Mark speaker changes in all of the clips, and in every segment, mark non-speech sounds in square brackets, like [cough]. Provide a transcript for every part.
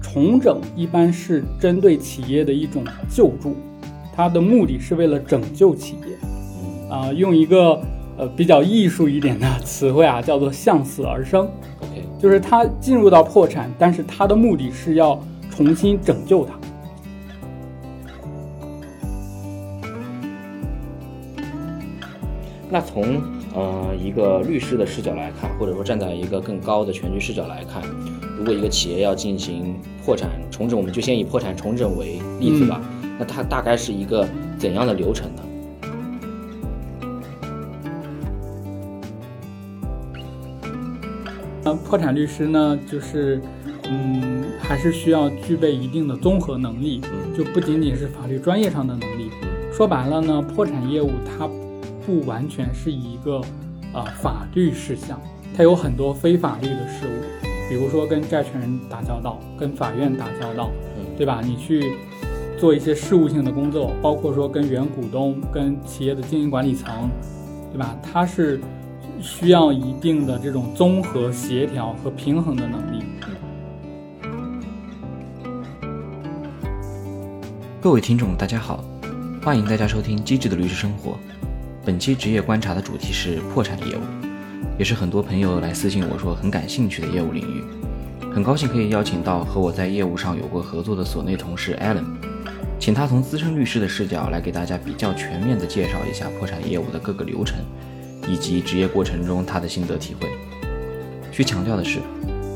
Speaker 1: 重整一般是针对企业的一种救助，它的目的是为了拯救企业。
Speaker 2: 嗯
Speaker 1: 啊、用一个呃比较艺术一点的词汇啊，叫做向死而生。
Speaker 2: OK，
Speaker 1: 就是它进入到破产，但是它的目的是要重新拯救它。
Speaker 2: 那从呃一个律师的视角来看，或者说站在一个更高的全局视角来看，如果一个企业要进行破产重整，我们就先以破产重整为例子吧。那它大概是一个怎样的流程呢？
Speaker 1: 那破产律师呢，就是嗯，还是需要具备一定的综合能力，就不仅仅是法律专业上的能力。说白了呢，破产业务它不完全是一个啊、呃法律事项，它有很多非法律的事务，比如说跟债权人打交道，跟法院打交道，
Speaker 2: 嗯
Speaker 1: 对吧？你去做一些事务性的工作，包括说跟原股东、跟企业的经营管理层，对吧？它是需要一定的这种综合协调和平衡的能力。
Speaker 3: 各位听众，大家好，欢迎大家收听《机智的律师生活》。本期职业观察的主题是破产业务，也是很多朋友来私信我说很感兴趣的业务领域。很高兴可以邀请到和我在业务上有过合作的所内同事 Alan，请他从资深律师的视角来给大家比较全面的介绍一下破产业务的各个流程，以及职业过程中他的心得体会。需强调的是，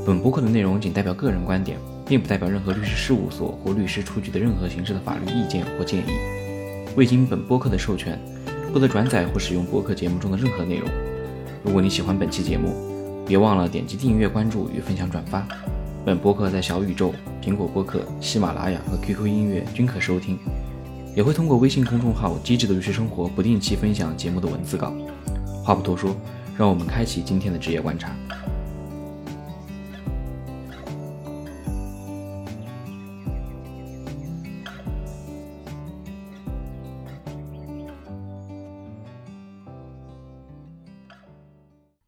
Speaker 3: 本播客的内容仅代表个人观点，并不代表任何律师事务所或律师出具的任何形式的法律意见或建议。未经本播客的授权，不得转载或使用播客节目中的任何内容。如果你喜欢本期节目，别忘了点击订阅、关注与分享转发。本播客在小宇宙、苹果播客、喜马拉雅和 QQ 音乐均可收听，也会通过微信公众号“机智的律师生活”不定期分享节目的文字稿。话不多说，让我们开启今天的职业观察。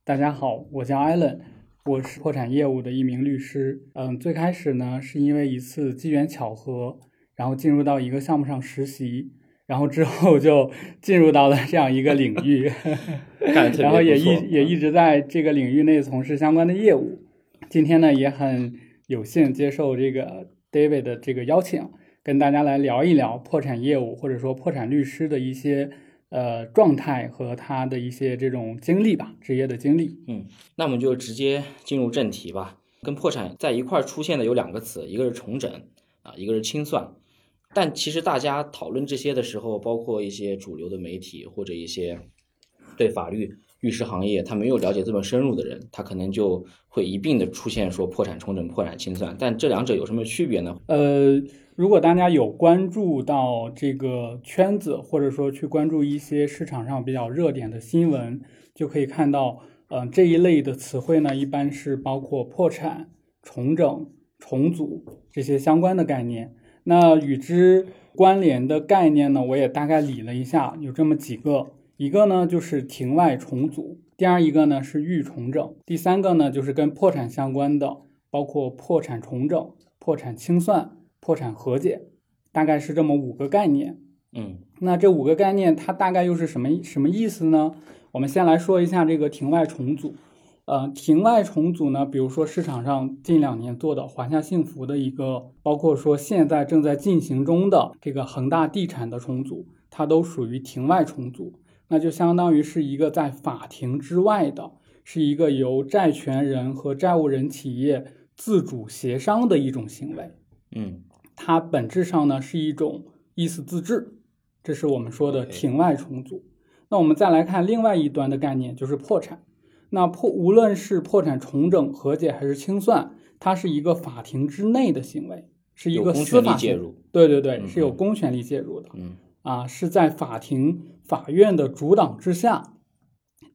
Speaker 1: 大家好，我叫 Allen，我是破产业务的一名律师。嗯，最开始呢，是因为一次机缘巧合，然后进入到一个项目上实习，然后之后就进入到了这样一个领域，
Speaker 2: [laughs] 干得特别
Speaker 1: 然后也
Speaker 2: 不错
Speaker 1: 一也一直在这个领域内从事相关的业务。今天呢，也很有幸接受这个 David 的这个邀请，跟大家来聊一聊破产业务或者说破产律师的一些呃状态和他的一些这种经历吧，职业的经历。
Speaker 2: 那我们就直接进入正题吧。跟破产在一块儿出现的有两个词，一个是重整啊，一个是清算。但其实大家讨论这些的时候，包括一些主流的媒体或者一些对法律、律师行业他没有了解这么深入的人，他可能就会一并的出现说破产重整、破产清算。但这两者有什么区别呢？
Speaker 1: 呃，如果大家有关注到这个圈子，或者说去关注一些市场上比较热点的新闻，就可以看到，嗯、这一类的词汇呢，一般是包括破产、重整、重组这些相关的概念。那与之关联的概念呢，我也大概理了一下，有这么几个，一个呢就是庭外重组，第二一个呢是预重整，第三个呢就是跟破产相关的，包括破产重整、破产清算、破产和解，大概是这么五个概念。
Speaker 2: 嗯
Speaker 1: 那这五个概念它大概又是什么什么意思呢？我们先来说一下这个庭外重组。呃，庭外重组呢，比如说市场上近两年做的华夏幸福的一个，包括说现在正在进行中的这个恒大地产的重组，它都属于庭外重组。那就相当于是一个在法庭之外的，是一个由债权人和债务人企业自主协商的一种行为。
Speaker 2: 嗯
Speaker 1: 它本质上呢是一种意思自治，这是我们说的
Speaker 2: OK
Speaker 1: 庭外重组。那我们再来看另外一端的概念，就是破产。那破无论是破产重整、和解还是清算，它是一个法庭之内的行为，是一
Speaker 2: 有
Speaker 1: 个
Speaker 2: 公
Speaker 1: 司
Speaker 2: 权力
Speaker 1: 法
Speaker 2: 介
Speaker 1: 行
Speaker 2: 入。
Speaker 1: 对对对，是有
Speaker 2: 嗯
Speaker 1: 公权力介入的。
Speaker 2: 嗯
Speaker 1: 啊，是在法庭、法院的主导之下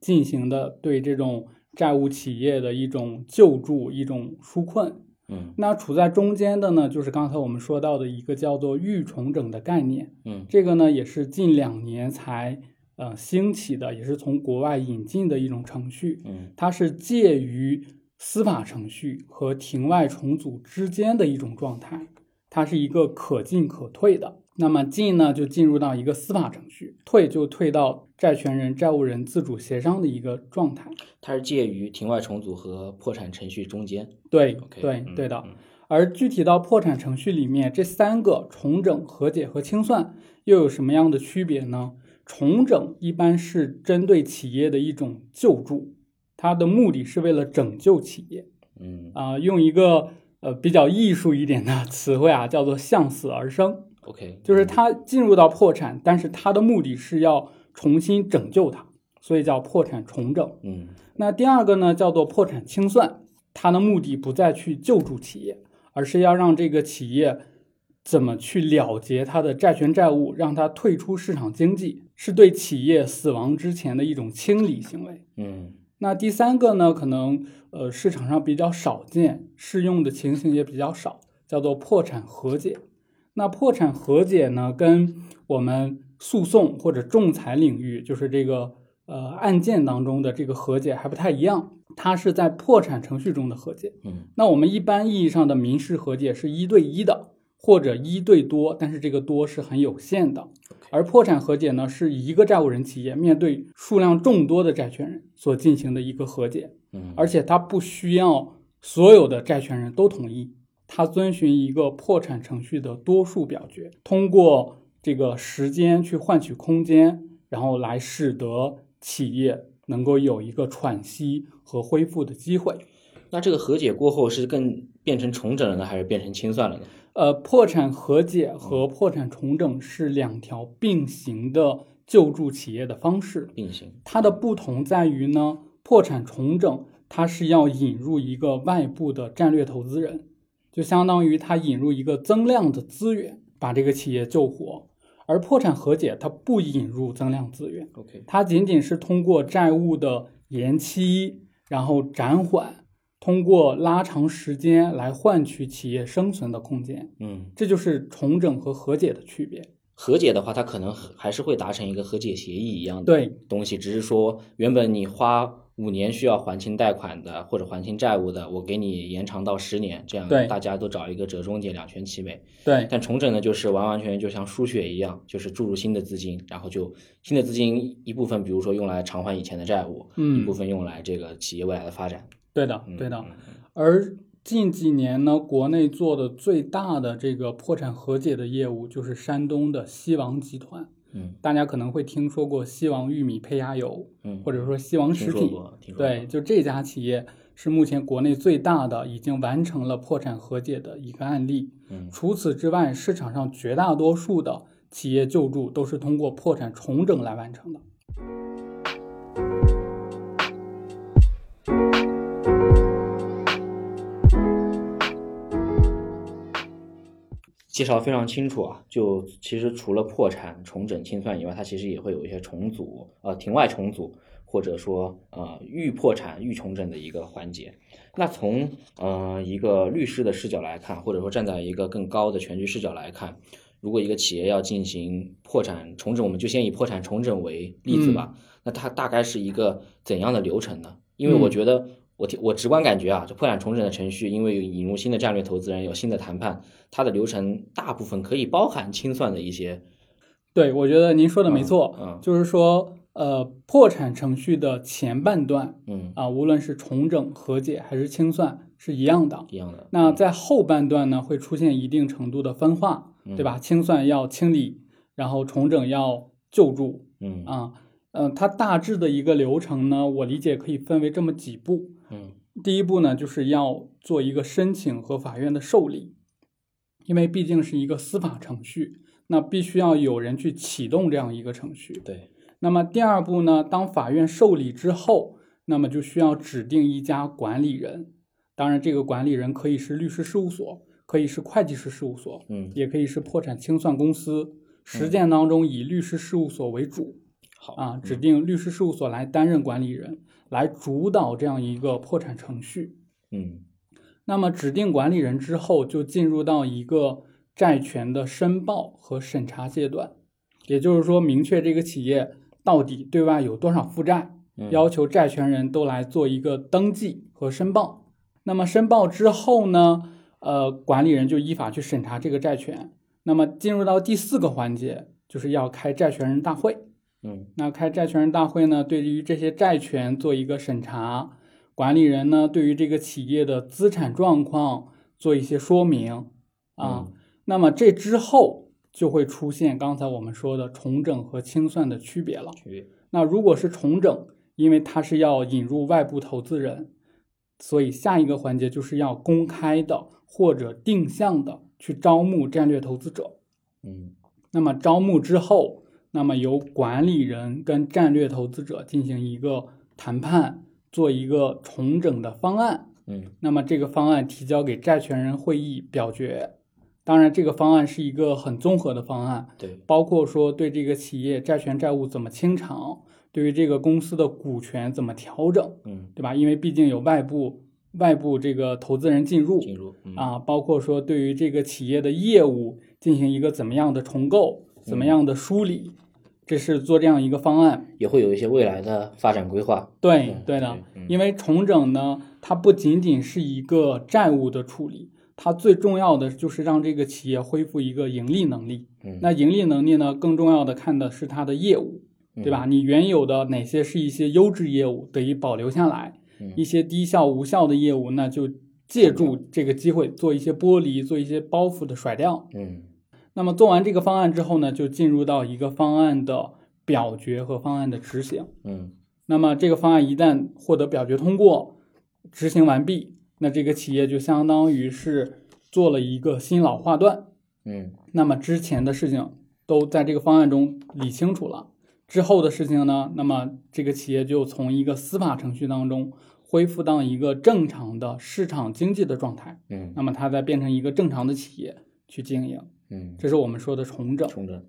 Speaker 1: 进行的对这种债务企业的一种救助、一种纾困。
Speaker 2: 嗯
Speaker 1: 那处在中间的呢，就是刚才我们说到的一个叫做预重整的概念。
Speaker 2: 嗯
Speaker 1: 这个呢，也是近两年才呃兴起的，也是从国外引进的一种程序。
Speaker 2: 嗯
Speaker 1: 它是介于司法程序和庭外重组之间的一种状态，它是一个可进可退的。那么进呢，就进入到一个司法程序；退就退到债权人、债务人自主协商的一个状态。
Speaker 2: 它是介于庭外重组和破产程序中间。
Speaker 1: 对
Speaker 2: OK，
Speaker 1: 对
Speaker 2: 嗯
Speaker 1: 对的。
Speaker 2: 嗯
Speaker 1: 而具体到破产程序里面，这三个重整、和解和清算又有什么样的区别呢？重整一般是针对企业的一种救助，它的目的是为了拯救企业
Speaker 2: 嗯
Speaker 1: 啊、用一个呃比较艺术一点的词汇啊，叫做向死而生，
Speaker 2: ，OK，
Speaker 1: 就是它进入到破产，但是它的目的是要重新拯救它，所以叫破产重整。
Speaker 2: 嗯
Speaker 1: 那第二个呢，叫做破产清算，它的目的不再去救助企业，而是要让这个企业怎么去了结它的债权债务，让它退出市场经济，是对企业死亡之前的一种清理行为。
Speaker 2: 嗯
Speaker 1: 那第三个呢，可能呃市场上比较少见，适用的情形也比较少，叫做破产和解。那破产和解呢，跟我们诉讼或者仲裁领域，就是这个呃案件当中的这个和解还不太一样，它是在破产程序中的和解。
Speaker 2: 嗯
Speaker 1: 那我们一般意义上的民事和解是一对一的，或者一对多，但是这个多是很有限的。而破产和解呢，是一个债务人企业面对数量众多的债权人所进行的一个和解，
Speaker 2: 嗯，
Speaker 1: 而且它不需要所有的债权人都同意，它遵循一个破产程序的多数表决，通过这个时间去换取空间，然后来使得企业能够有一个喘息和恢复的机会。
Speaker 2: 那这个和解过后是更变成重整了呢，还是变成清算了呢？
Speaker 1: 呃，破产和解和破产重整是两条并行的救助企业的方式。
Speaker 2: 并行。
Speaker 1: 它的不同在于呢，破产重整它是要引入一个外部的战略投资人，就相当于它引入一个增量的资源，把这个企业救活；而破产和解它不引入增量资源，
Speaker 2: OK，
Speaker 1: 它仅仅是通过债务的延期，然后暂缓，通过拉长时间来换取企业生存的空间。
Speaker 2: 嗯，
Speaker 1: 这就是重整和和解的区别。
Speaker 2: 和解的话，它可能还是会达成一个和解协议一样的
Speaker 1: 对
Speaker 2: 东西，只是说原本你花五年需要还清贷款的或者还清债务的，我给你延长到十年，这样
Speaker 1: 对
Speaker 2: 大家都找一个折中点，两全其美。
Speaker 1: 对
Speaker 2: 但重整呢，就是完完全全就像输血一样，就是注入新的资金，然后就新的资金一部分，比如说用来偿还以前的债务，
Speaker 1: 嗯
Speaker 2: 一部分用来这个企业未来的发展。
Speaker 1: 对的
Speaker 2: 嗯，
Speaker 1: 对的。而近几年呢，国内做的最大的这个破产和解的业务就是山东的西王集团。
Speaker 2: 嗯
Speaker 1: 大家可能会听说过西王玉米胚芽油，
Speaker 2: 嗯，
Speaker 1: 或者说西王
Speaker 2: 听
Speaker 1: 食
Speaker 2: 说
Speaker 1: 品。
Speaker 2: 过，听说过
Speaker 1: 对，就这家企业是目前国内最大的，已经完成了破产和解的一个案例。
Speaker 2: 嗯
Speaker 1: 除此之外，市场上绝大多数的企业救助都是通过破产重整来完成的。
Speaker 2: 介绍非常清楚啊。就其实除了破产、重整、清算以外，它其实也会有一些重组，呃，庭外重组，或者说呃预破产、预重整的一个环节。那从呃一个律师的视角来看，或者说站在一个更高的全局视角来看，如果一个企业要进行破产重整，我们就先以破产重整为例子吧。那它大概是一个怎样的流程呢？因为我
Speaker 1: 嗯
Speaker 2: 觉得我听我直观感觉啊，这破产重整的程序，因为引入新的战略投资人，有新的谈判，它的流程大部分可以包含清算的一些，
Speaker 1: 对，我觉得您说的没错，
Speaker 2: 嗯嗯
Speaker 1: 就是说，呃，破产程序的前半段
Speaker 2: 嗯，
Speaker 1: 啊，无论是重整、和解还是清算，是一样的。
Speaker 2: 一样的。
Speaker 1: 那在后半段呢，会出现一定程度的分化，
Speaker 2: 嗯
Speaker 1: 对吧？清算要清理，然后重整要救助
Speaker 2: 嗯
Speaker 1: 啊。嗯、它大致的一个流程呢，我理解可以分为这么几步。
Speaker 2: 嗯
Speaker 1: 第一步呢，就是要做一个申请和法院的受理，因为毕竟是一个司法程序，那必须要有人去启动这样一个程序。
Speaker 2: 对，
Speaker 1: 那么第二步呢，当法院受理之后，那么就需要指定一家管理人，当然这个管理人可以是律师事务所，可以是会计师事务所，
Speaker 2: 嗯，
Speaker 1: 也可以是破产清算公司。实践当中以律师事务所为主
Speaker 2: 好
Speaker 1: 啊，指
Speaker 2: 嗯
Speaker 1: 定律师事务所来担任管理人，来主导这样一个破产程序。
Speaker 2: 嗯
Speaker 1: 那么指定管理人之后，就进入到一个债权的申报和审查阶段，也就是说，明确这个企业到底对外有多少负债，
Speaker 2: 嗯
Speaker 1: 要求债权人都来做一个登记和申报。那么申报之后呢，呃，管理人就依法去审查这个债权。那么进入到第四个环节，就是要开债权人大会。
Speaker 2: 嗯
Speaker 1: 那开债权人大会呢，对于这些债权做一个审查，管理人呢对于这个企业的资产状况做一些说明啊。
Speaker 2: 嗯
Speaker 1: 那么这之后就会出现刚才我们说的重整和清算的区别了。
Speaker 2: 去
Speaker 1: 那如果是重整，因为它是要引入外部投资人，所以下一个环节就是要公开的或者定向的去招募战略投资者。
Speaker 2: 嗯
Speaker 1: 那么招募之后，那么由管理人跟战略投资者进行一个谈判，做一个重整的方案。
Speaker 2: 嗯
Speaker 1: 那么这个方案提交给债权人会议表决。当然，这个方案是一个很综合的方案，
Speaker 2: 对
Speaker 1: 包括说对这个企业债权债务怎么清偿，对于这个公司的股权怎么调整，
Speaker 2: 嗯
Speaker 1: 对吧？因为毕竟有外部外部这个投资人进入，
Speaker 2: 进入嗯
Speaker 1: 啊，包括说对于这个企业的业务进行一个怎么样的重构、怎么
Speaker 2: 嗯
Speaker 1: 样的梳理，这是做这样一个方案。
Speaker 2: 也会有一些未来的发展规划。
Speaker 1: 对
Speaker 2: 嗯
Speaker 1: 对的
Speaker 2: 对嗯，
Speaker 1: 因为重整呢，它不仅仅是一个债务的处理，它最重要的就是让这个企业恢复一个盈利能力。
Speaker 2: 嗯，
Speaker 1: 那盈利能力呢，更重要的看的是它的业务，
Speaker 2: 嗯
Speaker 1: 对吧？你原有的哪些是一些优质业务得以保留下来，
Speaker 2: 嗯
Speaker 1: 一些低效无效的业务，那就借助这个机会做一些剥离，做一些包袱的甩掉。
Speaker 2: 嗯？
Speaker 1: 那么做完这个方案之后呢，就进入到一个方案的表决和方案的执行。
Speaker 2: 嗯嗯
Speaker 1: 那么这个方案一旦获得表决通过，执行完毕，那这个企业就相当于是做了一个新老划断。
Speaker 2: 嗯
Speaker 1: 那么之前的事情都在这个方案中理清楚了，之后的事情呢，那么这个企业就从一个司法程序当中恢复到一个正常的市场经济的状态，
Speaker 2: 嗯
Speaker 1: 那么它再变成一个正常的企业去经营，
Speaker 2: 嗯，
Speaker 1: 这是我们说的重整。
Speaker 2: 重整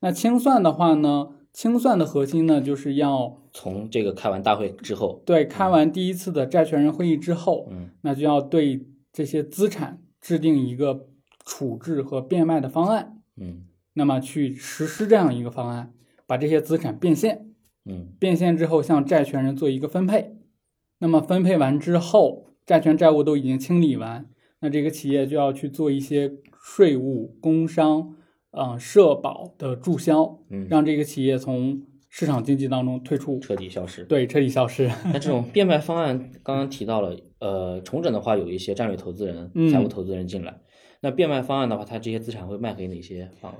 Speaker 1: 那清算的话呢，清算的核心呢就是要
Speaker 2: 从这个开完大会之后，
Speaker 1: 对开完第一次的债权人会议之后，
Speaker 2: 嗯
Speaker 1: 那就要对这些资产制定一个处置和变卖的方案。
Speaker 2: 嗯
Speaker 1: 那么去实施这样一个方案，把这些资产变现，
Speaker 2: 嗯
Speaker 1: 变现之后向债权人做一个分配。那么分配完之后，债权债务都已经清理完，那这个企业就要去做一些税务、工商、嗯、社保的注销，
Speaker 2: 嗯，
Speaker 1: 让这个企业从市场经济当中退出，
Speaker 2: 彻底消失。
Speaker 1: 对，彻底消失。 [laughs]
Speaker 2: 那这种变卖方案刚刚提到了，呃，重整的话有一些战略投资人、
Speaker 1: 嗯
Speaker 2: 财务投资人进来。那变卖方案的话，它这些资产会卖给哪些方？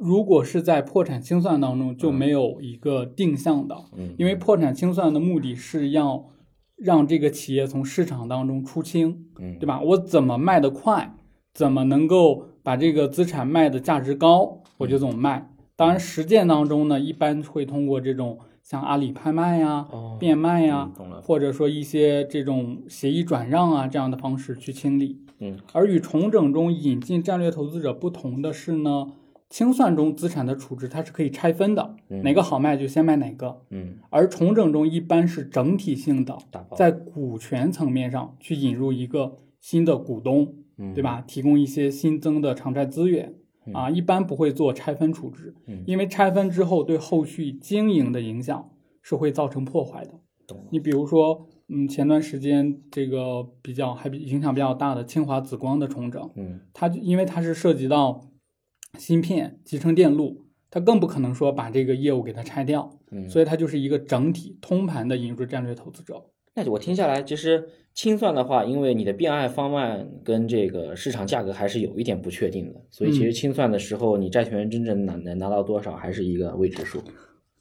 Speaker 1: 如果是在破产清算当中，就没有一个定向的，
Speaker 2: 嗯，
Speaker 1: 因为破产清算的目的是要让这个企业从市场当中出清，
Speaker 2: 嗯，
Speaker 1: 对吧？我怎么卖得快，怎么能够把这个资产卖的价值高，
Speaker 2: 嗯
Speaker 1: 我就怎么卖。当然，实践当中呢，一般会通过这种像阿里拍卖呀、
Speaker 2: 哦
Speaker 1: 变卖啊呀
Speaker 2: 嗯，懂了
Speaker 1: 或者说一些这种协议转让啊这样的方式去清理。
Speaker 2: 嗯，
Speaker 1: 而与重整中引进战略投资者不同的是呢，清算中资产的处置它是可以拆分的，
Speaker 2: 嗯
Speaker 1: 哪个好卖就先卖哪个。
Speaker 2: 嗯，
Speaker 1: 而重整中一般是整体性的，
Speaker 2: 打包
Speaker 1: 在股权层面上去引入一个新的股东，
Speaker 2: 嗯
Speaker 1: 对？吧？提供一些新增的偿债资源啊，一般不会做拆分处置
Speaker 2: 嗯，
Speaker 1: 因为拆分之后对后续经营的影响是会造成破坏的
Speaker 2: 懂了。
Speaker 1: 你比如说，嗯，前段时间这个比较还比影响比较大的清华紫光的重整，
Speaker 2: 嗯
Speaker 1: 它就因为它是涉及到芯片、集成电路，它更不可能说把这个业务给它拆掉。
Speaker 2: 嗯，
Speaker 1: 所以它就是一个整体通盘的引入战略投资者。
Speaker 2: 那我听下来，其实清算的话，因为你的变卖方案跟这个市场价格还是有一点不确定的，所以其实
Speaker 1: 嗯
Speaker 2: 清算的时候，你债权人真正拿能拿到多少，还是一个未知数。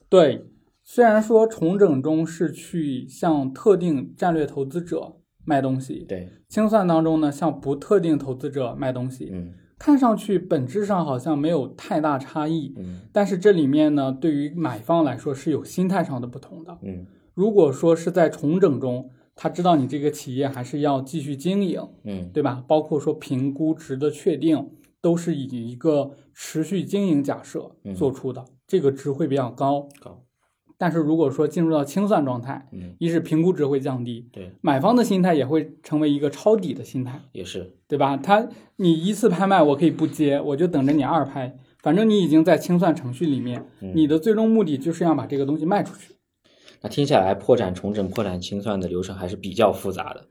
Speaker 1: 对，虽然说重整中是去向特定战略投资者卖东西，
Speaker 2: 对，
Speaker 1: 清算当中呢向不特定投资者卖东西，
Speaker 2: 嗯
Speaker 1: 看上去本质上好像没有太大差异，
Speaker 2: 嗯
Speaker 1: 但是这里面呢对于买方来说是有心态上的不同的。
Speaker 2: 嗯
Speaker 1: 如果说是在重整中，他知道你这个企业还是要继续经营，
Speaker 2: 嗯
Speaker 1: 对吧？包括说评估值的确定，都是以一个持续经营假设
Speaker 2: 嗯
Speaker 1: 做出的，这个值会比较高。
Speaker 2: 高。
Speaker 1: 但是如果说进入到清算状态，
Speaker 2: 嗯，
Speaker 1: 一是评估值会降低，
Speaker 2: 对，
Speaker 1: 买方的心态也会成为一个抄底的心态，
Speaker 2: 也是，
Speaker 1: 对吧？他你一次拍卖我可以不接，我就等着你二拍，反正你已经在清算程序里面，
Speaker 2: 嗯
Speaker 1: 你的最终目的就是要把这个东西卖出去。
Speaker 2: 那听下来，破产重整、破产清算的流程还是比较复杂的。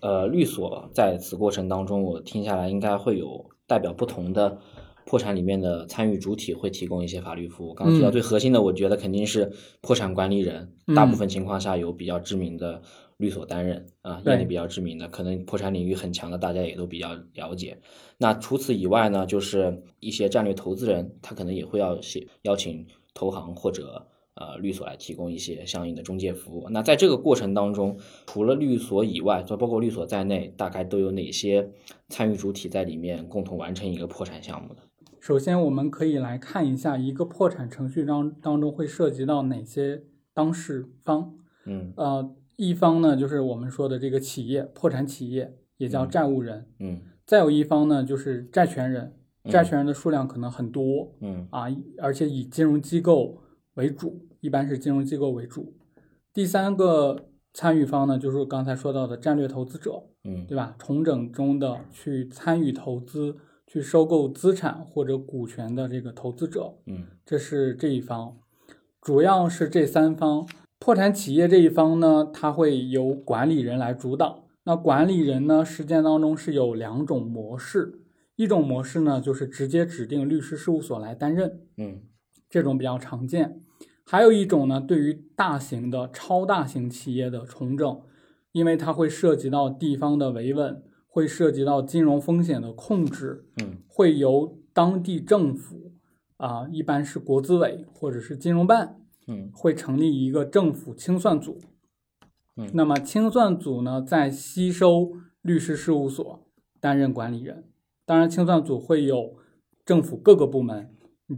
Speaker 2: 呃，律所在此过程当中，我听下来应该会有代表不同的破产里面的参与主体会提供一些法律服务。刚刚提
Speaker 1: 嗯
Speaker 2: 到最核心的，我觉得肯定是破产管理人，
Speaker 1: 嗯
Speaker 2: 大部分情况下由比较知名的律所担任啊，
Speaker 1: 对
Speaker 2: 业内比较知名的，可能破产领域很强的，大家也都比较了解。那除此以外呢，就是一些战略投资人，他可能也会要写邀请投行或者呃律所来提供一些相应的中介服务。那在这个过程当中，除了律所以外，就包括律所在内，大概都有哪些参与主体在里面共同完成一个破产项目呢？
Speaker 1: 首先，我们可以来看一下一个破产程序当当中会涉及到哪些当事方。
Speaker 2: 嗯
Speaker 1: 呃，一方呢就是我们说的这个企业，破产企业也叫
Speaker 2: 嗯
Speaker 1: 债务人；
Speaker 2: 嗯
Speaker 1: 再有一方呢就是债权人，债
Speaker 2: 嗯
Speaker 1: 权人的数量可能很多，
Speaker 2: 嗯
Speaker 1: 啊，而且以金融机构为主，一般是金融机构为主。第三个参与方呢，就是刚才说到的战略投资者，
Speaker 2: 嗯
Speaker 1: 对吧？重整中的去参与投资、去收购资产或者股权的这个投资者，
Speaker 2: 嗯
Speaker 1: 这是这一方。主要是这三方，破产企业这一方呢，它会由管理人来主导。那管理人呢，实践当中是有两种模式，一种模式呢就是直接指定律师事务所来担任，
Speaker 2: 嗯
Speaker 1: 这种比较常见。还有一种呢，对于大型的超大型企业的重整，因为它会涉及到地方的维稳，会涉及到金融风险的控制，
Speaker 2: 嗯
Speaker 1: 会由当地政府啊、一般是国资委或者是金融办，
Speaker 2: 嗯
Speaker 1: 会成立一个政府清算组。
Speaker 2: 嗯
Speaker 1: 那么清算组呢，在吸收律师事务所担任管理人。当然，清算组会有政府各个部门，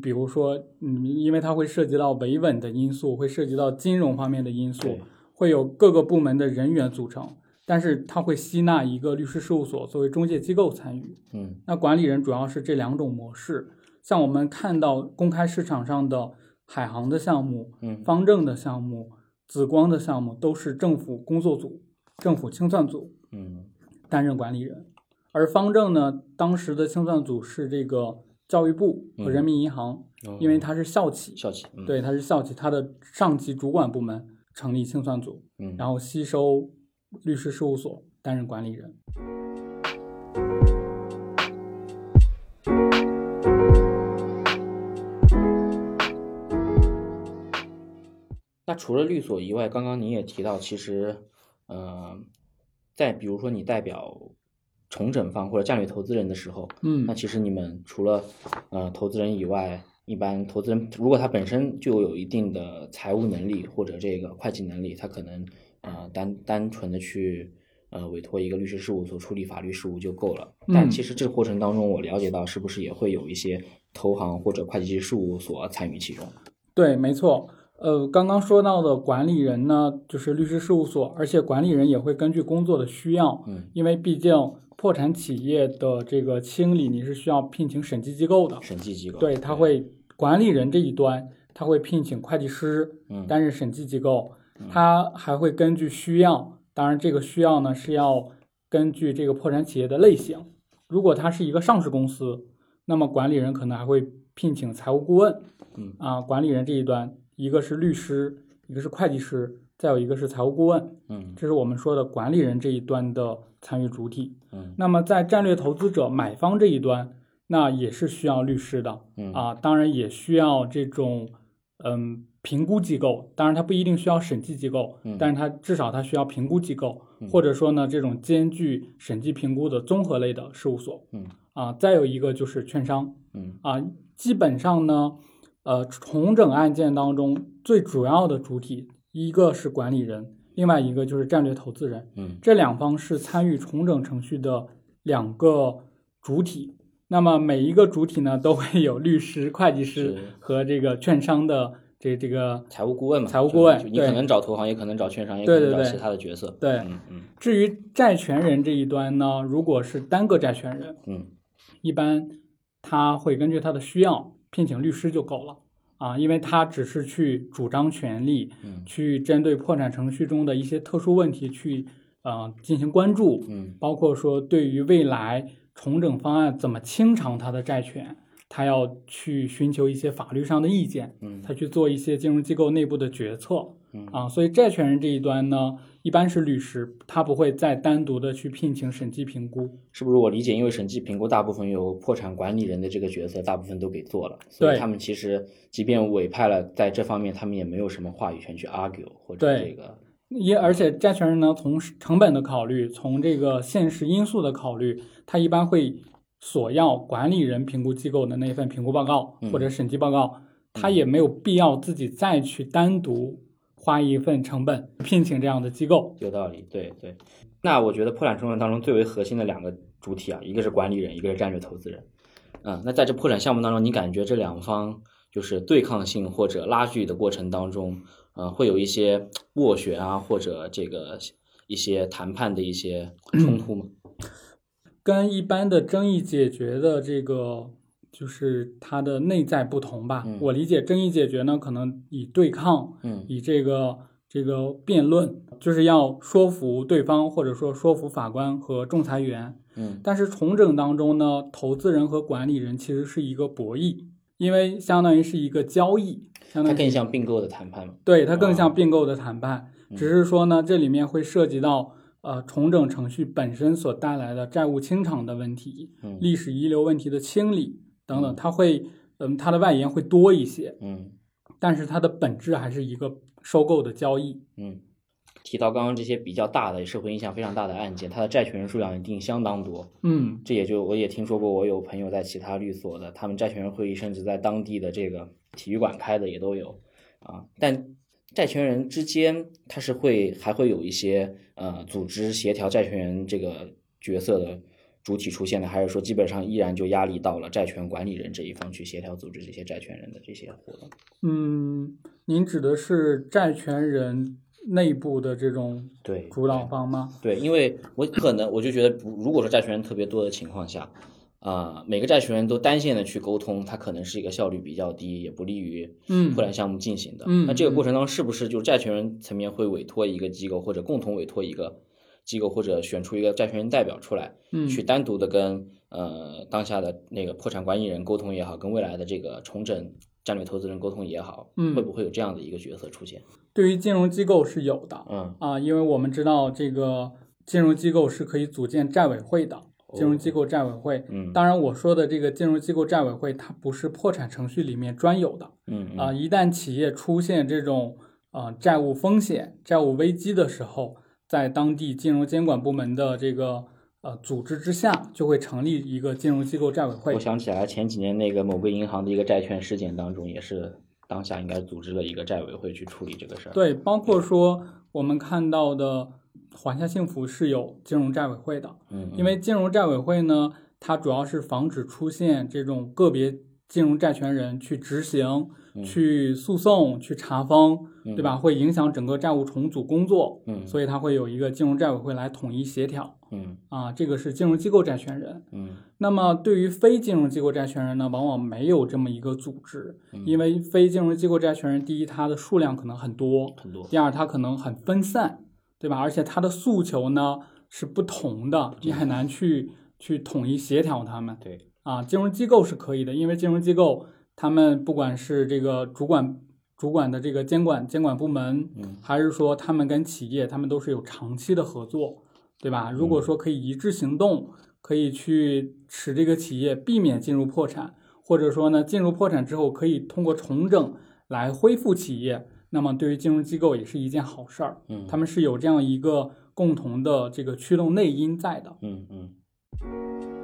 Speaker 1: 比如说，嗯，因为它会涉及到维稳的因素，会涉及到金融方面的因素
Speaker 2: 对，
Speaker 1: 会有各个部门的人员组成。但是它会吸纳一个律师事务所作为中介机构参与。
Speaker 2: 嗯
Speaker 1: 那管理人主要是这两种模式。像我们看到公开市场上的海航的项目、
Speaker 2: 嗯
Speaker 1: 方正的项目、紫光的项目，都是政府工作组、政府清算组
Speaker 2: 嗯
Speaker 1: 担任管理人。而方正呢，当时的清算组是这个教育部和人民银行，
Speaker 2: 嗯，
Speaker 1: 因为它是校企，
Speaker 2: 校企，嗯
Speaker 1: 对，它是校企，它的上级主管部门成立清算组，
Speaker 2: 嗯
Speaker 1: 然后吸收律师事务所担任管理人。
Speaker 2: 那除了律所以外，刚刚您也提到，其实，呃，在比如说你代表重整方或者战略投资人的时候，
Speaker 1: 嗯
Speaker 2: 那其实你们除了呃投资人以外，一般投资人如果他本身就有一定的财务能力或者这个会计能力，他可能呃单单纯的去呃委托一个律师事务所处理法律事务就够了。但
Speaker 1: 嗯
Speaker 2: 其实这个过程当中，我了解到是不是也会有一些投行或者会计事务所参与其中？
Speaker 1: 对，没错。呃，刚刚说到的管理人呢，就是律师事务所，而且管理人也会根据工作的需要，
Speaker 2: 嗯，
Speaker 1: 因为毕竟破产企业的这个清理，你是需要聘请审计机构的。
Speaker 2: 审计机构
Speaker 1: 对，他
Speaker 2: 嗯
Speaker 1: 会管理人这一端，他会聘请会计师
Speaker 2: 嗯
Speaker 1: 担任审计机构，他还会根据需要，当然这个需要呢是要根据这个破产企业的类型，如果它是一个上市公司，那么管理人可能还会聘请财务顾问，
Speaker 2: 嗯
Speaker 1: 啊，管理人这一端，一个是律师，一个是会计师，再有一个是财务顾问，
Speaker 2: 嗯
Speaker 1: 这是我们说的管理人这一端的参与主体。
Speaker 2: 嗯
Speaker 1: 那么在战略投资者买方这一端，那也是需要律师的
Speaker 2: 嗯
Speaker 1: 啊，当然也需要这种嗯评估机构，当然它不一定需要审计机构
Speaker 2: 嗯，
Speaker 1: 但是它至少它需要评估机构
Speaker 2: 嗯，
Speaker 1: 或者说呢这种兼具审计评估的综合类的事务所
Speaker 2: 嗯
Speaker 1: 啊。再有一个就是券商
Speaker 2: 嗯
Speaker 1: 啊，基本上呢，呃，重整案件当中最主要的主体，一个是管理人，另外一个就是战略投资人。
Speaker 2: 嗯
Speaker 1: 这两方是参与重整程序的两个主体。那么每一个主体呢，都会有律师、会计师
Speaker 2: 是
Speaker 1: 和这个券商的这这个
Speaker 2: 财务顾问嘛，
Speaker 1: 财务
Speaker 2: 就
Speaker 1: 顾问
Speaker 2: 就你
Speaker 1: 对
Speaker 2: 可能找投行，也可能找券商，也
Speaker 1: 对
Speaker 2: 可能
Speaker 1: 对
Speaker 2: 找
Speaker 1: 对
Speaker 2: 其他的角色。
Speaker 1: 对。
Speaker 2: 嗯嗯
Speaker 1: 至于债权人这一端呢，如果是单个债权人，
Speaker 2: 嗯
Speaker 1: 一般他会根据他的需要聘请律师就够了啊，因为他只是去主张权利，
Speaker 2: 嗯
Speaker 1: 去针对破产程序中的一些特殊问题去呃进行关注，
Speaker 2: 嗯
Speaker 1: 包括说对于未来重整方案怎么清偿他的债权，他要去寻求一些法律上的意见，
Speaker 2: 嗯
Speaker 1: 他去做一些金融机构内部的决策
Speaker 2: 嗯
Speaker 1: 啊，所以债权人这一端呢，一般是律师，他不会再单独的去聘请审计评估。
Speaker 2: 是不是我理解？因为审计评估大部分由破产管理人的这个角色，大部分都给做了，所以
Speaker 1: 对
Speaker 2: 他们其实即便委派了，在这方面他们也没有什么话语权去 argue 或者
Speaker 1: 对
Speaker 2: 这个
Speaker 1: 也而且债权人呢，从成本的考虑，从这个现实因素的考虑，他一般会索要管理人评估机构的那份评估报告
Speaker 2: 嗯
Speaker 1: 或者审计报告，他也没有必要自己再去单独花一份成本聘请这样的机构。
Speaker 2: 有道理。对对，那我觉得破产重整当中最为核心的两个主体啊，一个是管理人，一个是战略投资人。嗯，那在这破产项目当中，你感觉这两方就是对抗性或者拉锯的过程当中，呃，会有一些斡旋啊，或者这个一些谈判的一些冲突
Speaker 1: 嗯
Speaker 2: 吗？
Speaker 1: 跟一般的争议解决的这个就是它的内在不同吧。
Speaker 2: 嗯
Speaker 1: 我理解争议解决呢，可能以对抗、
Speaker 2: 嗯
Speaker 1: 以这个这个辩论，就是要说服对方，或者说说服法官和仲裁员。
Speaker 2: 嗯
Speaker 1: 但是重整当中呢，投资人和管理人其实是一个博弈，因为相当于是一个交易，相
Speaker 2: 它
Speaker 1: 当于
Speaker 2: 更像并购的谈判嘛。
Speaker 1: 对它更
Speaker 2: 啊
Speaker 1: 像并购的谈判，只是说呢，这里面会涉及到呃重整程序本身所带来的债务清偿的问题、
Speaker 2: 嗯
Speaker 1: 历史遗留问题的清理等
Speaker 2: 嗯
Speaker 1: 等，它会嗯它的外延会多一些，
Speaker 2: 嗯
Speaker 1: 但是它的本质还是一个收购的交易。
Speaker 2: 嗯，提到刚刚这些比较大的社会影响非常大的案件，它的债权人数量一定相当多。
Speaker 1: 嗯，
Speaker 2: 这也就我也听说过，我有朋友在其他律所的，他们债权人会议甚至在当地的这个体育馆开的也都有啊。但债权人之间，他是会还会有一些呃组织协调债权人这个角色的主体出现的，还是说基本上依然就压力到了债权管理人这一方去协调组织这些债权人的这些活动？
Speaker 1: 嗯，您指的是债权人内部的这种
Speaker 2: 对
Speaker 1: 主导方吗？
Speaker 2: 对，因为我可能我就觉得不，如果说债权人特别多的情况下，啊、每个债权人都单线的去沟通，它可能是一个效率比较低，也不利于
Speaker 1: 嗯
Speaker 2: 破产项目进行的。
Speaker 1: 嗯
Speaker 2: 那这个过程当中，是不是就是债权人层面会委托一个机构，或者共同委托一个机构，或者选出一个债权人代表出来，
Speaker 1: 嗯，
Speaker 2: 去单独的跟呃当下的那个破产管理人沟通也好，跟未来的这个重整战略投资人沟通也好，
Speaker 1: 嗯
Speaker 2: 会不会有这样的一个角色出现？
Speaker 1: 对于金融机构是有的，
Speaker 2: 嗯，
Speaker 1: 啊，因为我们知道这个金融机构是可以组建债委会的，金融机构债委会。
Speaker 2: 嗯
Speaker 1: 当然，我说的这个金融机构债委会，它不是破产程序里面专有的
Speaker 2: 嗯嗯
Speaker 1: 啊。一旦企业出现这种呃债务风险、债务危机的时候，在当地金融监管部门的这个呃组织之下，就会成立一个金融机构债委会
Speaker 2: 我。想起来前几年那个某个银行的一个债券事件当中，也是当下应该组织了一个债委会去处理这个事儿。，
Speaker 1: 对，包括说我们看到的华夏幸福是有金融债委会的。
Speaker 2: 嗯，
Speaker 1: 因为金融债委会呢，它主要是防止出现这种个别金融债权人去执行、去诉讼、去查封，对吧？会影响整个债务重组工作，
Speaker 2: 嗯
Speaker 1: 所以它会有一个金融债委会来统一协调
Speaker 2: 嗯
Speaker 1: 啊。这个是金融机构债权人。
Speaker 2: 嗯
Speaker 1: 那么对于非金融机构债权人呢，往往没有这么一个组织，因为非金融机构债权人，第一，它的数量可能很多，
Speaker 2: 很多
Speaker 1: 第二，它可能很分散，对吧？而且它的诉求呢是不同的，你很难去去统一协调他们
Speaker 2: 对
Speaker 1: 啊。金融机构是可以的，因为金融机构他们不管是这个主管主管的这个监管监管部门，还是说他们跟企业，他们都是有长期的合作，对吧？如果说可以一致行动，可以去使这个企业避免进入破产，或者说呢，进入破产之后可以通过重整来恢复企业，那么对于金融机构也是一件好事儿。
Speaker 2: 嗯
Speaker 1: 他们是有这样一个共同的这个驱动内因在的。
Speaker 2: 嗯嗯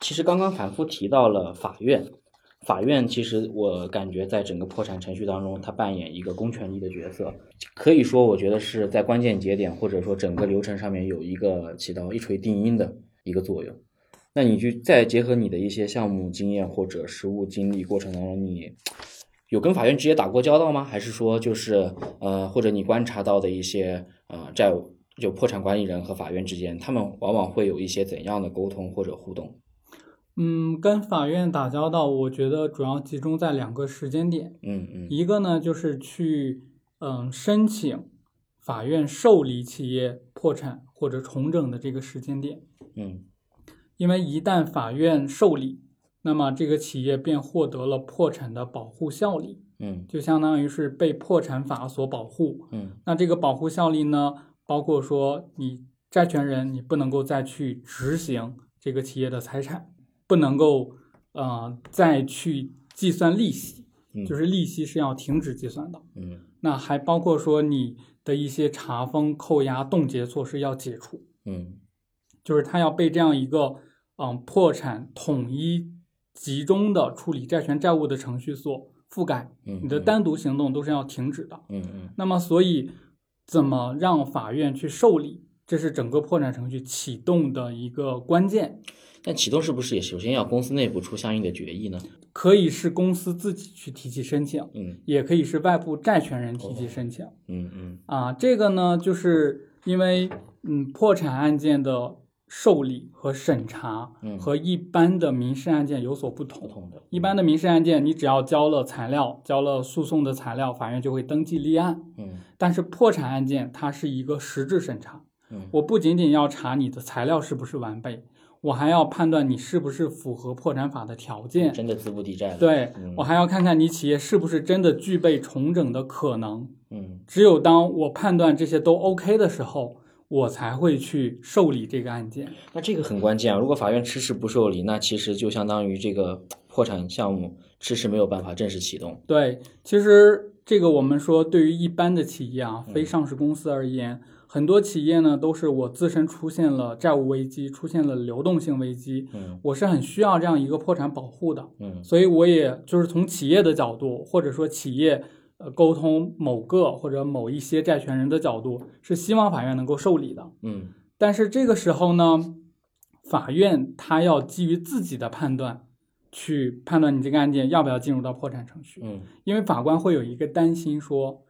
Speaker 2: 其实刚刚反复提到了法院，法院其实我感觉在整个破产程序当中，它扮演一个公权力的角色，可以说我觉得是在关键节点或者说整个流程上面有一个起到一锤定音的一个作用。那你去再结合你的一些项目经验或者实务经历过程当中，你有跟法院直接打过交道吗？还是说就是呃，或者你观察到的一些呃债务就破产管理人和法院之间，他们往往会有一些怎样的沟通或者互动？
Speaker 1: 嗯，跟法院打交道，我觉得主要集中在两个时间点。
Speaker 2: 嗯嗯
Speaker 1: 一个呢就是去嗯申请法院受理企业破产或者重整的这个时间点，
Speaker 2: 嗯
Speaker 1: 因为一旦法院受理，那么这个企业便获得了破产的保护效力，
Speaker 2: 嗯
Speaker 1: 就相当于是被破产法所保护。
Speaker 2: 嗯
Speaker 1: 那这个保护效力呢，包括说你债权人你不能够再去执行这个企业的财产，不能够呃再去计算利息，
Speaker 2: 嗯
Speaker 1: 就是利息是要停止计算的。
Speaker 2: 嗯
Speaker 1: 那还包括说你的一些查封、扣押、冻结措施要解除，
Speaker 2: 嗯
Speaker 1: 就是它要被这样一个嗯破产统一集中的处理债权债务的程序所覆盖，
Speaker 2: 嗯，
Speaker 1: 你的单独行动都是要停止的。
Speaker 2: 嗯嗯
Speaker 1: 那么，所以怎么让法院去受理，这是整个破产程序启动的一个关键，
Speaker 2: 嗯，但启动是不是也首先要公司内部出相应的决议呢？
Speaker 1: 可以是公司自己去提起申请，
Speaker 2: 嗯
Speaker 1: 也可以是外部债权人提起申请。
Speaker 2: 嗯嗯
Speaker 1: 啊，这个呢，就是因为嗯，破产案件的受理和审查
Speaker 2: 嗯
Speaker 1: 和一般的民事案件有所不同。
Speaker 2: 不同的
Speaker 1: 一般的民事案件，你只要交了材料，交了诉讼的材料，法院就会登记立案。
Speaker 2: 嗯
Speaker 1: 但是破产案件它是一个实质审查，
Speaker 2: 嗯
Speaker 1: 我不仅仅要查你的材料是不是完备，我还要判断你是不是符合破产法的条件，
Speaker 2: 真的资不抵债了。
Speaker 1: 对
Speaker 2: 嗯
Speaker 1: 我还要看看你企业是不是真的具备重整的可能，
Speaker 2: 嗯
Speaker 1: 只有当我判断这些都 OK 的时候，我才会去受理这个案件。
Speaker 2: 那这个很关键啊！如果法院迟迟不受理，那其实就相当于这个破产项目迟迟没有办法正式启动。
Speaker 1: 对，其实这个我们说，对于一般的企业啊，
Speaker 2: 嗯
Speaker 1: 非上市公司而言，很多企业呢都是我自身出现了债务危机，出现了流动性危机，
Speaker 2: 嗯
Speaker 1: 我是很需要这样一个破产保护的。
Speaker 2: 嗯
Speaker 1: 所以我也就是从企业的角度，或者说企业呃沟通某个或者某一些债权人的角度，是希望法院能够受理的。
Speaker 2: 嗯
Speaker 1: 但是这个时候呢，法院他要基于自己的判断去判断你这个案件要不要进入到破产程序，
Speaker 2: 嗯
Speaker 1: 因为法官会有一个担心说，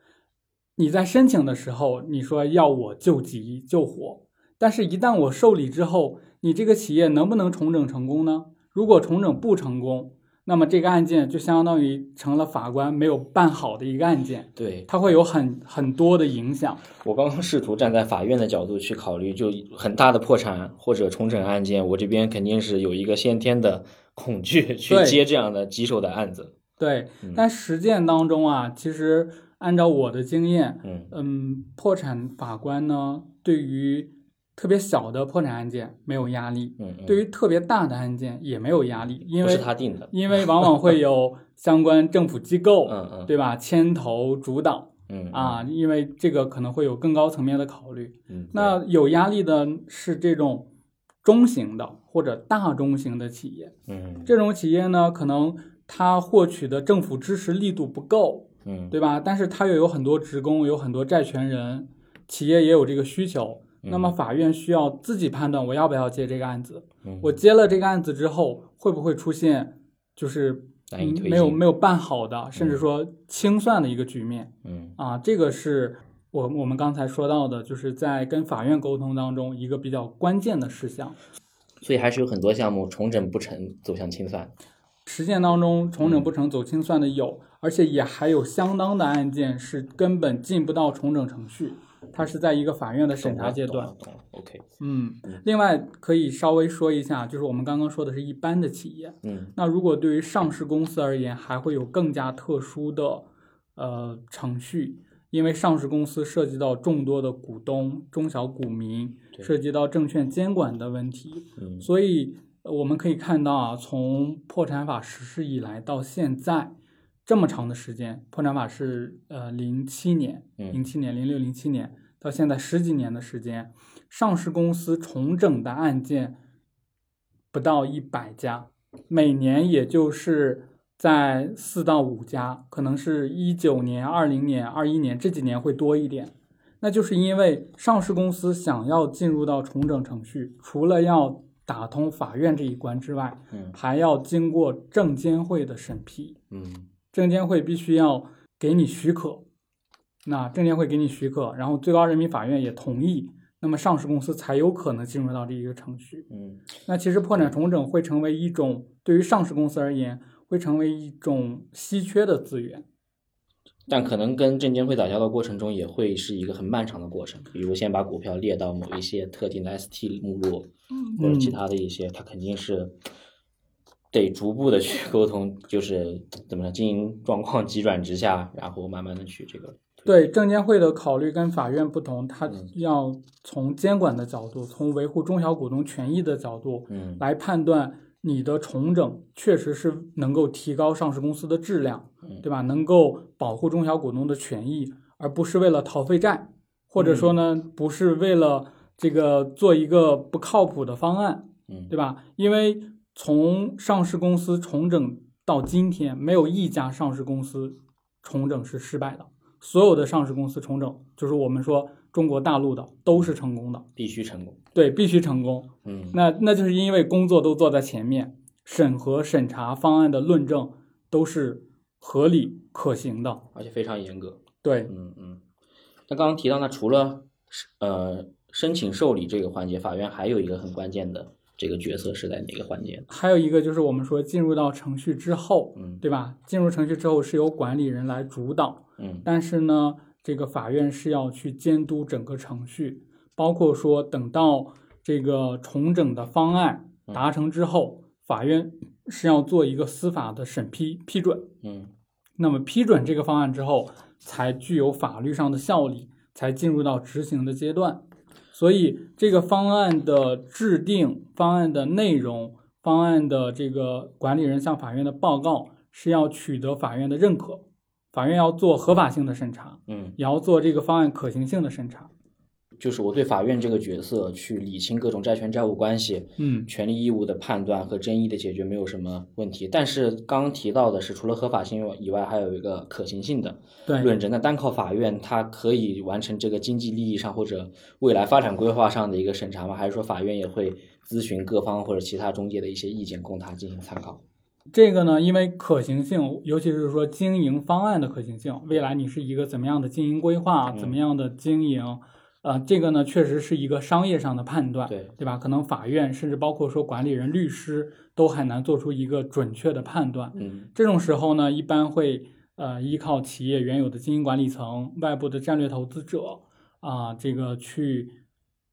Speaker 1: 你在申请的时候你说要我救急救火，但是一旦我受理之后，你这个企业能不能重整成功呢？如果重整不成功，那么这个案件就相当于成了法官没有办好的一个案件，
Speaker 2: 对
Speaker 1: 它会有很很多的影响。
Speaker 2: 我刚刚试图站在法院的角度去考虑，就很大的破产或者重整案件，我这边肯定是有一个先天的恐惧 [laughs] 去
Speaker 1: 对
Speaker 2: 接这样的棘手的案子。
Speaker 1: 对
Speaker 2: 嗯，
Speaker 1: 但实践当中啊，其实按照我的经验，
Speaker 2: 嗯
Speaker 1: 嗯，破产法官呢，对于特别小的破产案件没有压力，
Speaker 2: 嗯，嗯
Speaker 1: 对于特别大的案件也没有压力，因
Speaker 2: 不是
Speaker 1: 为
Speaker 2: 他定的。
Speaker 1: 因为往往会有相关政府机构，
Speaker 2: 嗯嗯
Speaker 1: 对吧，牵头主导
Speaker 2: 嗯
Speaker 1: 啊，，因为这个可能会有更高层面的考虑。
Speaker 2: 嗯
Speaker 1: 那有压力的是这种中型的或者大中型的企业，
Speaker 2: 嗯
Speaker 1: 这种企业呢，可能它获取的政府支持力度不够，
Speaker 2: 嗯
Speaker 1: 对吧？但是它又有很多职工，有很多债权人，企业也有这个需求。那么法院需要自己判断我要不要接这个案子。
Speaker 2: 嗯
Speaker 1: 我接了这个案子之后，会不会出现就是
Speaker 2: 难以推进
Speaker 1: 没有没有办好的，甚至说清算的一个局面
Speaker 2: 嗯
Speaker 1: 啊？这个是我我们刚才说到的，就是在跟法院沟通当中一个比较关键的事项。
Speaker 2: 所以还是有很多项目重整不成，走向清算。
Speaker 1: 实践当中重整不成走清算的有，而且也还有相当的案件是根本进不到重整程序，它是在一个法院的审查阶段。
Speaker 2: 懂了。懂了懂了 OK，
Speaker 1: 嗯，另外可以稍微说一下，就是我们刚刚说的是一般的企业，
Speaker 2: 嗯
Speaker 1: 那如果对于上市公司而言，还会有更加特殊的呃程序，因为上市公司涉及到众多的股东、中小股民，
Speaker 2: 对
Speaker 1: 涉及到证券监管的问题，
Speaker 2: 嗯
Speaker 1: 所以呃我们可以看到啊，从破产法实施以来到现在这么长的时间，破产法是呃零七年、
Speaker 2: 嗯
Speaker 1: 零七年、零六、零七年到现在十几年的时间，上市公司重整的案件不到一百家，每年也就是。在四到五家，可能是一九年、二零年、二一年这几年会多一点，那就是因为上市公司想要进入到重整程序，除了要打通法院这一关之外，
Speaker 2: 嗯
Speaker 1: 还要经过证监会的审批，
Speaker 2: 嗯
Speaker 1: 证监会必须要给你许可，那证监会给你许可，然后最高人民法院也同意，那么上市公司才有可能进入到这一个程序。
Speaker 2: 嗯
Speaker 1: 那其实破产重整会成为一种对于上市公司而言，会成为一种稀缺的资源。
Speaker 2: 但可能跟证监会打交道过程中也会是一个很漫长的过程，比如先把股票列到某一些特定的 ST 目录，
Speaker 4: 嗯
Speaker 2: 或者其他的一些，它肯定是得逐步的去沟通，就是怎么说经营状况急转直下，然后慢慢的去这个。
Speaker 1: 对证监会的考虑跟法院不同，它
Speaker 2: 嗯
Speaker 1: 要从监管的角度，从维护中小股东权益的角度
Speaker 2: 嗯
Speaker 1: 来判断你的重整确实是能够提高上市公司的质量
Speaker 2: 嗯，
Speaker 1: 对吧？能够保护中小股东的权益，而不是为了逃废债，或者说呢，
Speaker 2: 嗯
Speaker 1: 不是为了这个做一个不靠谱的方案。
Speaker 2: 嗯，
Speaker 1: 对吧？因为从上市公司重整到今天，没有一家上市公司重整是失败的，所有的上市公司重整，就是我们说中国大陆的都是成功的，
Speaker 2: 必须成功。
Speaker 1: 对，必须成功。
Speaker 2: 嗯
Speaker 1: 那那就是因为工作都做在前面，审核、审查方案的论证都是合理可行的。
Speaker 2: 而且非常严格。
Speaker 1: 对，
Speaker 2: 嗯嗯。那刚刚提到，那除了是呃申请受理这个环节，法院还有一个很关键的这个角色是在哪个环节呢？
Speaker 1: 还有一个就是我们说进入到程序之后，
Speaker 2: 嗯
Speaker 1: 对吧？进入程序之后是由管理人来主导，
Speaker 2: 嗯
Speaker 1: 但是呢，这个法院是要去监督整个程序，包括说等到这个重整的方案达成之后，法院是要做一个司法的审批批准。
Speaker 2: 嗯
Speaker 1: 那么批准这个方案之后，才具有法律上的效力，才进入到执行的阶段。所以，这个方案的制定、方案的内容、方案的这个管理人向法院的报告，是要取得法院的认可。法院要做合法性的审查，
Speaker 2: 嗯，
Speaker 1: 也要做这个方案可行性的审查。
Speaker 2: 就是我对法院这个角色去理清各种债权债务关系、
Speaker 1: 嗯，
Speaker 2: 权利义务的判断和争议的解决没有什么问题。但是刚刚提到的是，除了合法性以外，还有一个可行性的
Speaker 1: 对
Speaker 2: 论证。那单靠法院，它可以完成这个经济利益上或者未来发展规划上的一个审查吗？还是说法院也会咨询各方或者其他中介的一些意见，供他进行参考？
Speaker 1: 这个呢，因为可行性，尤其是说经营方案的可行性，未来你是一个怎么样的经营规划，
Speaker 2: 嗯
Speaker 1: 怎么样的经营，呃，这个呢，确实是一个商业上的判断，
Speaker 2: 对
Speaker 1: 对吧？可能法院甚至包括说管理人、律师都很难做出一个准确的判断。
Speaker 2: 嗯
Speaker 1: 这种时候呢，一般会呃依靠企业原有的经营管理层、外部的战略投资者啊、这个去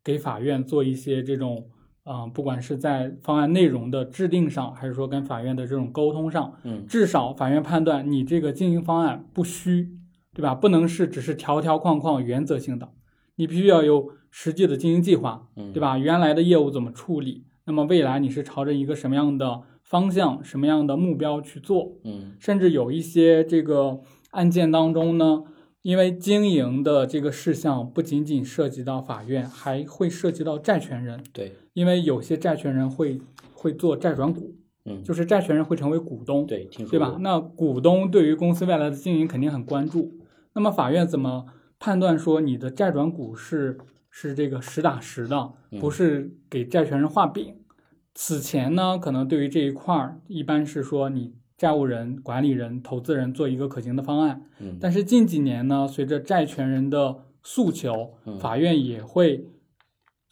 Speaker 1: 给法院做一些这种啊、不管是在方案内容的制定上，还是说跟法院的这种沟通上，
Speaker 2: 嗯
Speaker 1: 至少法院判断你这个经营方案不虚，对吧？不能是只是条条框框原则性的，你必须要有实际的经营计划，
Speaker 2: 嗯
Speaker 1: 对？吧？原来的业务怎么处理？那么未来你是朝着一个什么样的方向、什么样的目标去做？
Speaker 2: 嗯
Speaker 1: 甚至有一些这个案件当中呢，因为经营的这个事项不仅仅涉及到法院，还会涉及到债权人，
Speaker 2: 对，
Speaker 1: 因为有些债权人会会做债转股，
Speaker 2: 嗯
Speaker 1: 就是债权人会成为股东，
Speaker 2: 对，听说
Speaker 1: 对吧
Speaker 2: 过？
Speaker 1: 那股东对于公司未来的经营肯定很关注。那么法院怎么判断说你的债转股是是这个实打实的，不
Speaker 2: 嗯
Speaker 1: 是给债权人画饼？此前呢，可能对于这一块儿，一般是说你债务人、管理人、投资人做一个可行的方案。
Speaker 2: 嗯
Speaker 1: 但是近几年呢，随着债权人的诉求
Speaker 2: 嗯，
Speaker 1: 法院也会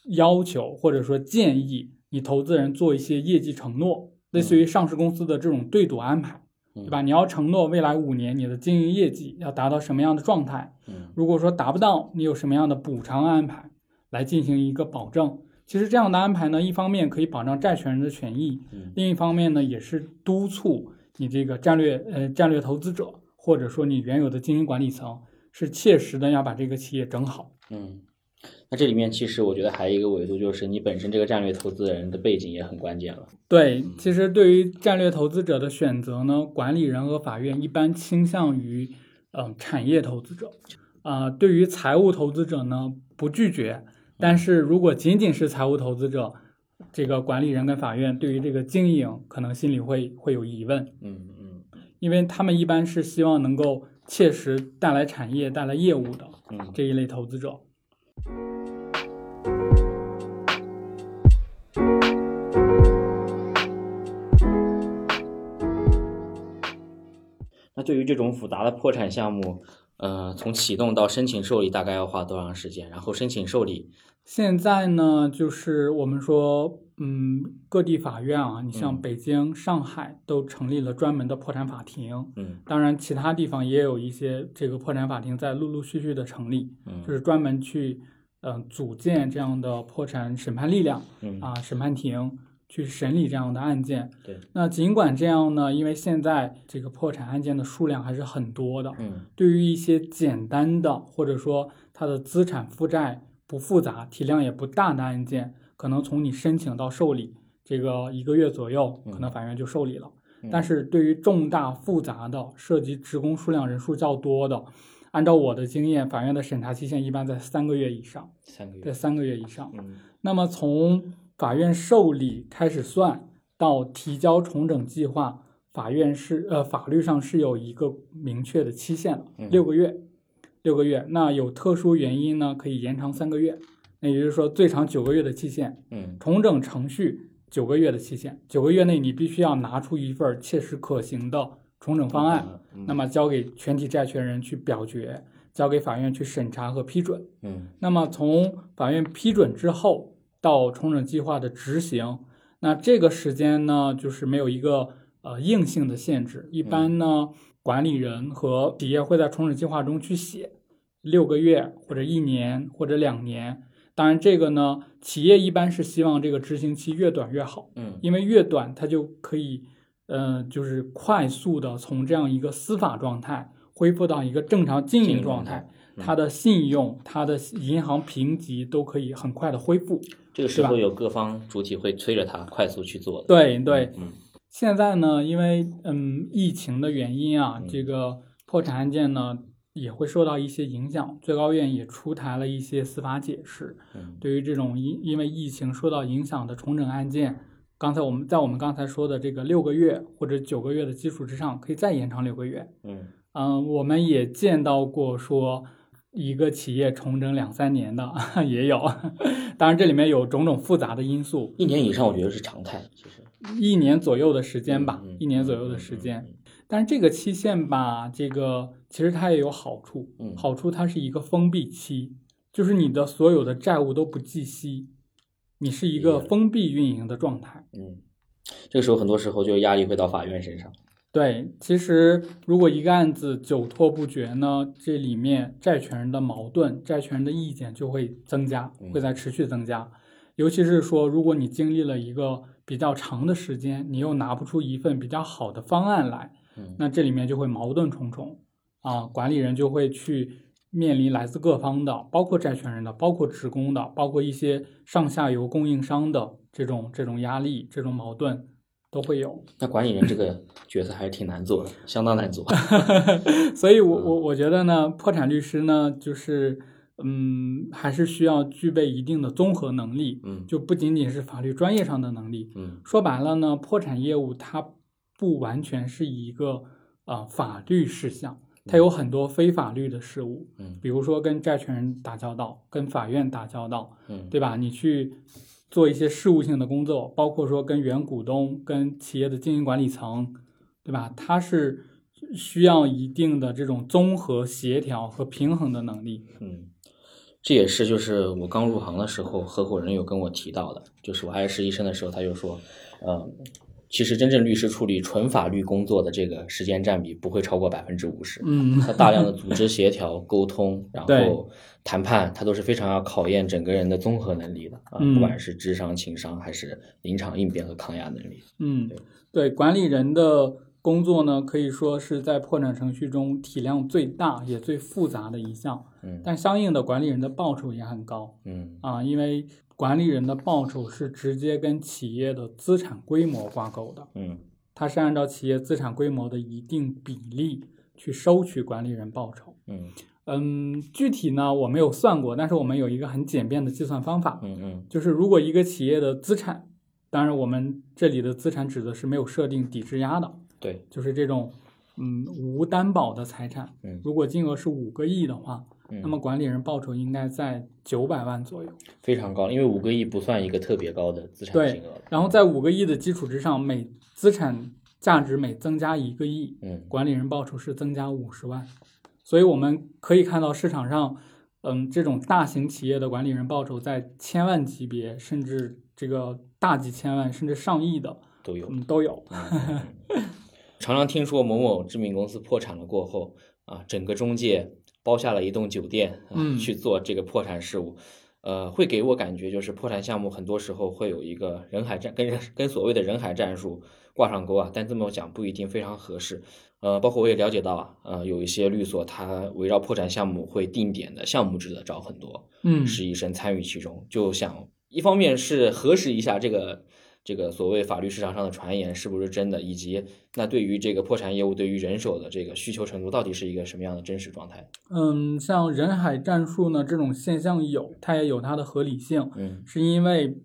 Speaker 1: 要求或者说建议你投资人做一些业绩承诺，类
Speaker 2: 嗯
Speaker 1: 似于上市公司的这种对赌安排，
Speaker 2: 对
Speaker 1: 对吧？？你要承诺未来五年你的经营业绩要达到什么样的状态，
Speaker 2: 嗯
Speaker 1: 如果说达不到，你有什么样的补偿安排来进行一个保证？其实这样的安排呢，一方面可以保障债权人的权益，
Speaker 2: 嗯
Speaker 1: 另一方面呢，也是督促你这个战略呃战略投资者，或者说你原有的经营管理层，是切实的要把这个企业整好。
Speaker 2: 嗯。那这里面其实我觉得还有一个维度，就是你本身这个战略投资人的背景也很关键了。
Speaker 1: 对，其实对于战略投资者的选择呢，管理人和法院一般倾向于嗯、呃产业投资者，啊、对于财务投资者呢不拒绝，但是如果仅仅是财务投资者，这个管理人跟法院对于这个经营可能心里会会有疑问，
Speaker 2: 嗯嗯
Speaker 1: 因为他们一般是希望能够切实带来产业、带来业务的
Speaker 2: 嗯
Speaker 1: 这一类投资者。
Speaker 2: 那对于这种复杂的破产项目，呃，从启动到申请受理大概要花多长时间？然后申请受理，
Speaker 1: 现在呢，就是我们说，嗯，各地法院啊，你像
Speaker 2: 嗯
Speaker 1: 北京、上海都成立了专门的破产法庭。
Speaker 2: 嗯
Speaker 1: 当然，其他地方也有一些这个破产法庭在陆陆续续的成立，
Speaker 2: 嗯，
Speaker 1: 就是专门去嗯、呃组建这样的破产审判力量
Speaker 2: 嗯
Speaker 1: 啊，审判庭去审理这样的案件。
Speaker 2: 对，
Speaker 1: 那尽管这样呢，因为现在这个破产案件的数量还是很多的，
Speaker 2: 嗯
Speaker 1: 对于一些简单的或者说它的资产负债不复杂、体量也不大的案件，可能从你申请到受理这个一个月左右，可能法院就受理了。
Speaker 2: 嗯
Speaker 1: 但是对于重大复杂的、涉及职工数量人数较多的，按照我的经验，法院的审查期限一般在三个月以上，
Speaker 2: 三个
Speaker 1: 在
Speaker 2: 月，
Speaker 1: 三个月以上。
Speaker 2: 嗯
Speaker 1: 那么从法院受理开始算到提交重整计划，法院是呃法律上是有一个明确的期限了，
Speaker 2: 嗯
Speaker 1: 六个月，六个月。那有特殊原因呢，可以延长三个月，那也就是说最长九个月的期限。
Speaker 2: 嗯
Speaker 1: 重整程序九个月的期限，九个月内你必须要拿出一份儿切实可行的重整方案，
Speaker 2: 嗯
Speaker 1: 那么交给全体债权人去表决，交给法院去审查和批准。
Speaker 2: 嗯
Speaker 1: 那么从法院批准之后到重整计划的执行，那这个时间呢，就是没有一个呃硬性的限制。一般呢，管理人和企业会在重整计划中去写六个月或者一年或者两年。当然，这个呢，企业一般是希望这个执行期越短越好。
Speaker 2: 嗯
Speaker 1: 因为越短，它就可以，呃，就是快速的从这样一个司法状态恢复到一个正常经
Speaker 2: 经
Speaker 1: 营
Speaker 2: 营
Speaker 1: 状
Speaker 2: 状
Speaker 1: 态，
Speaker 2: 嗯
Speaker 1: 它的信用、它的银行评级都可以很快的恢复。
Speaker 2: 这个
Speaker 1: 是
Speaker 2: 时
Speaker 1: 吧
Speaker 2: 候有各方主体会催着他快速去做的，
Speaker 1: 对对，
Speaker 2: 嗯
Speaker 1: 现在呢，因为嗯疫情的原因啊
Speaker 2: 嗯，
Speaker 1: 这个破产案件呢也会受到一些影响，最高院也出台了一些司法解释。
Speaker 2: 嗯
Speaker 1: 对于这种因因为疫情受到影响的重整案件，刚才我们在我们刚才说的这个六个月或者九个月的基础之上，可以再延长六个月。
Speaker 2: 嗯
Speaker 1: 嗯，我们也见到过说一个企业重整两三年的 [laughs] 也有，当然这里面有种种复杂的因素，
Speaker 2: 一年以上我觉得是常态，其实
Speaker 1: 一年左右的时间吧
Speaker 2: 嗯，
Speaker 1: 一年左右的时间。，但是这个期限吧，这个其实它也有好处
Speaker 2: 嗯，
Speaker 1: 好处它是一个封闭期，就是你的所有的债务都不计息，你是一个
Speaker 2: 嗯
Speaker 1: 封闭运营的状态。
Speaker 2: 嗯嗯嗯，这个时候很多时候就压力会到法院身上，
Speaker 1: 对，其实如果一个案子久拖不决呢，这里面债权人的矛盾、债权人的意见就会增加
Speaker 2: 嗯，
Speaker 1: 会在持续增加。尤其是说，如果你经历了一个比较长的时间，你又拿不出一份比较好的方案来，
Speaker 2: 嗯
Speaker 1: 那这里面就会矛盾重重啊，管理人就会去面临来自各方的，包括债权人的，包括职工的，包括一些上下游供应商的这种这种压力、这种矛盾都会有。
Speaker 2: 那管理人这个角色还是挺难做的，相当难做。 [laughs]
Speaker 1: [laughs] 所以我，我我觉得呢，破产律师呢，就是嗯，还是需要具备一定的综合能力，
Speaker 2: 嗯
Speaker 1: 就不仅仅是法律专业上的能力。
Speaker 2: 嗯
Speaker 1: 说白了呢，破产业务它不完全是一个呃法律事项，它有很多非法律的事务，
Speaker 2: 嗯
Speaker 1: 比如说跟债权人打交道，跟法院打交道，
Speaker 2: 嗯，
Speaker 1: 对吧？你去做一些事务性的工作，包括说跟原股东、跟企业的经营管理层，对吧？它是需要一定的这种综合协调和平衡的能力。
Speaker 2: 嗯，这也是就是我刚入行的时候，合伙人有跟我提到的，就是我还是实习生的时候，他就说，呃，其实真正律师处理纯法律工作的这个时间占比不会超过百分之五十。
Speaker 1: 嗯
Speaker 2: 他大量的组织协调、沟通，然
Speaker 1: 对
Speaker 2: 后谈判，他都是非常要考验整个人的综合能力的啊，
Speaker 1: 嗯
Speaker 2: 不管是智商、情商，还是临场应变和抗压能力。
Speaker 1: 嗯
Speaker 2: 对，
Speaker 1: 对，管理人的工作呢，可以说是在破产程序中体量最大也最复杂的一项，
Speaker 2: 嗯
Speaker 1: 但相应的管理人的报酬也很高。
Speaker 2: 嗯
Speaker 1: 啊，因为管理人的报酬是直接跟企业的资产规模挂钩的，
Speaker 2: 嗯
Speaker 1: 它是按照企业资产规模的一定比例去收取管理人报酬。
Speaker 2: 嗯
Speaker 1: 嗯，具体呢我没有算过，但是我们有一个很简便的计算方法，
Speaker 2: 嗯嗯
Speaker 1: 就是如果一个企业的资产，当然我们这里的资产指的是没有设定抵质押的，
Speaker 2: 对，
Speaker 1: 就是这种嗯无担保的财产，
Speaker 2: 嗯
Speaker 1: 如果金额是五个亿的话，那么
Speaker 2: 嗯
Speaker 1: 管理人报酬应该在九百万左右。
Speaker 2: 非常高，因为五个亿不算一个特别高的资产
Speaker 1: 对
Speaker 2: 金额了。
Speaker 1: 然后在五个亿的基础之上，每资产价值每增加一个亿，
Speaker 2: 嗯
Speaker 1: 管理人报酬是增加五十万。所以我们可以看到市场上，嗯，这种大型企业的管理人报酬在千万级别，甚至这个大几千万甚至上亿的，
Speaker 2: 都有。
Speaker 1: 嗯，都有。
Speaker 2: 常常听说某某知名公司破产了过后啊，整个中介包下了一栋酒店、啊
Speaker 1: 嗯
Speaker 2: 去做这个破产事务，呃，会给我感觉就是破产项目很多时候会有一个人海战，跟人跟所谓的人海战术挂上钩啊，但这么讲不一定非常合适。呃，包括我也了解到啊，呃，有一些律所它围绕破产项目会定点的项目制的招很多，
Speaker 1: 嗯，
Speaker 2: 实习生参与其中，就想一方面是核实一下这个这个所谓法律市场上的传言是不是真的，以及那对于这个破产业务对于人手的这个需求程度到底是一个什么样的真实状态？
Speaker 1: 嗯，像人海战术呢这种现象有，它也有它的合理性，
Speaker 2: 嗯
Speaker 1: 是因为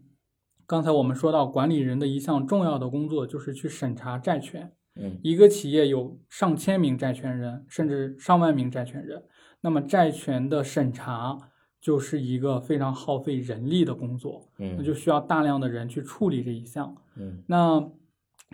Speaker 1: 刚才我们说到，管理人的一项重要的工作就是去审查债权。
Speaker 2: 嗯
Speaker 1: 一个企业有上千名债权人，甚至上万名债权人，那么债权的审查就是一个非常耗费人力的工作，那
Speaker 2: 嗯，
Speaker 1: 就需要大量的人去处理这一项。
Speaker 2: 嗯
Speaker 1: 那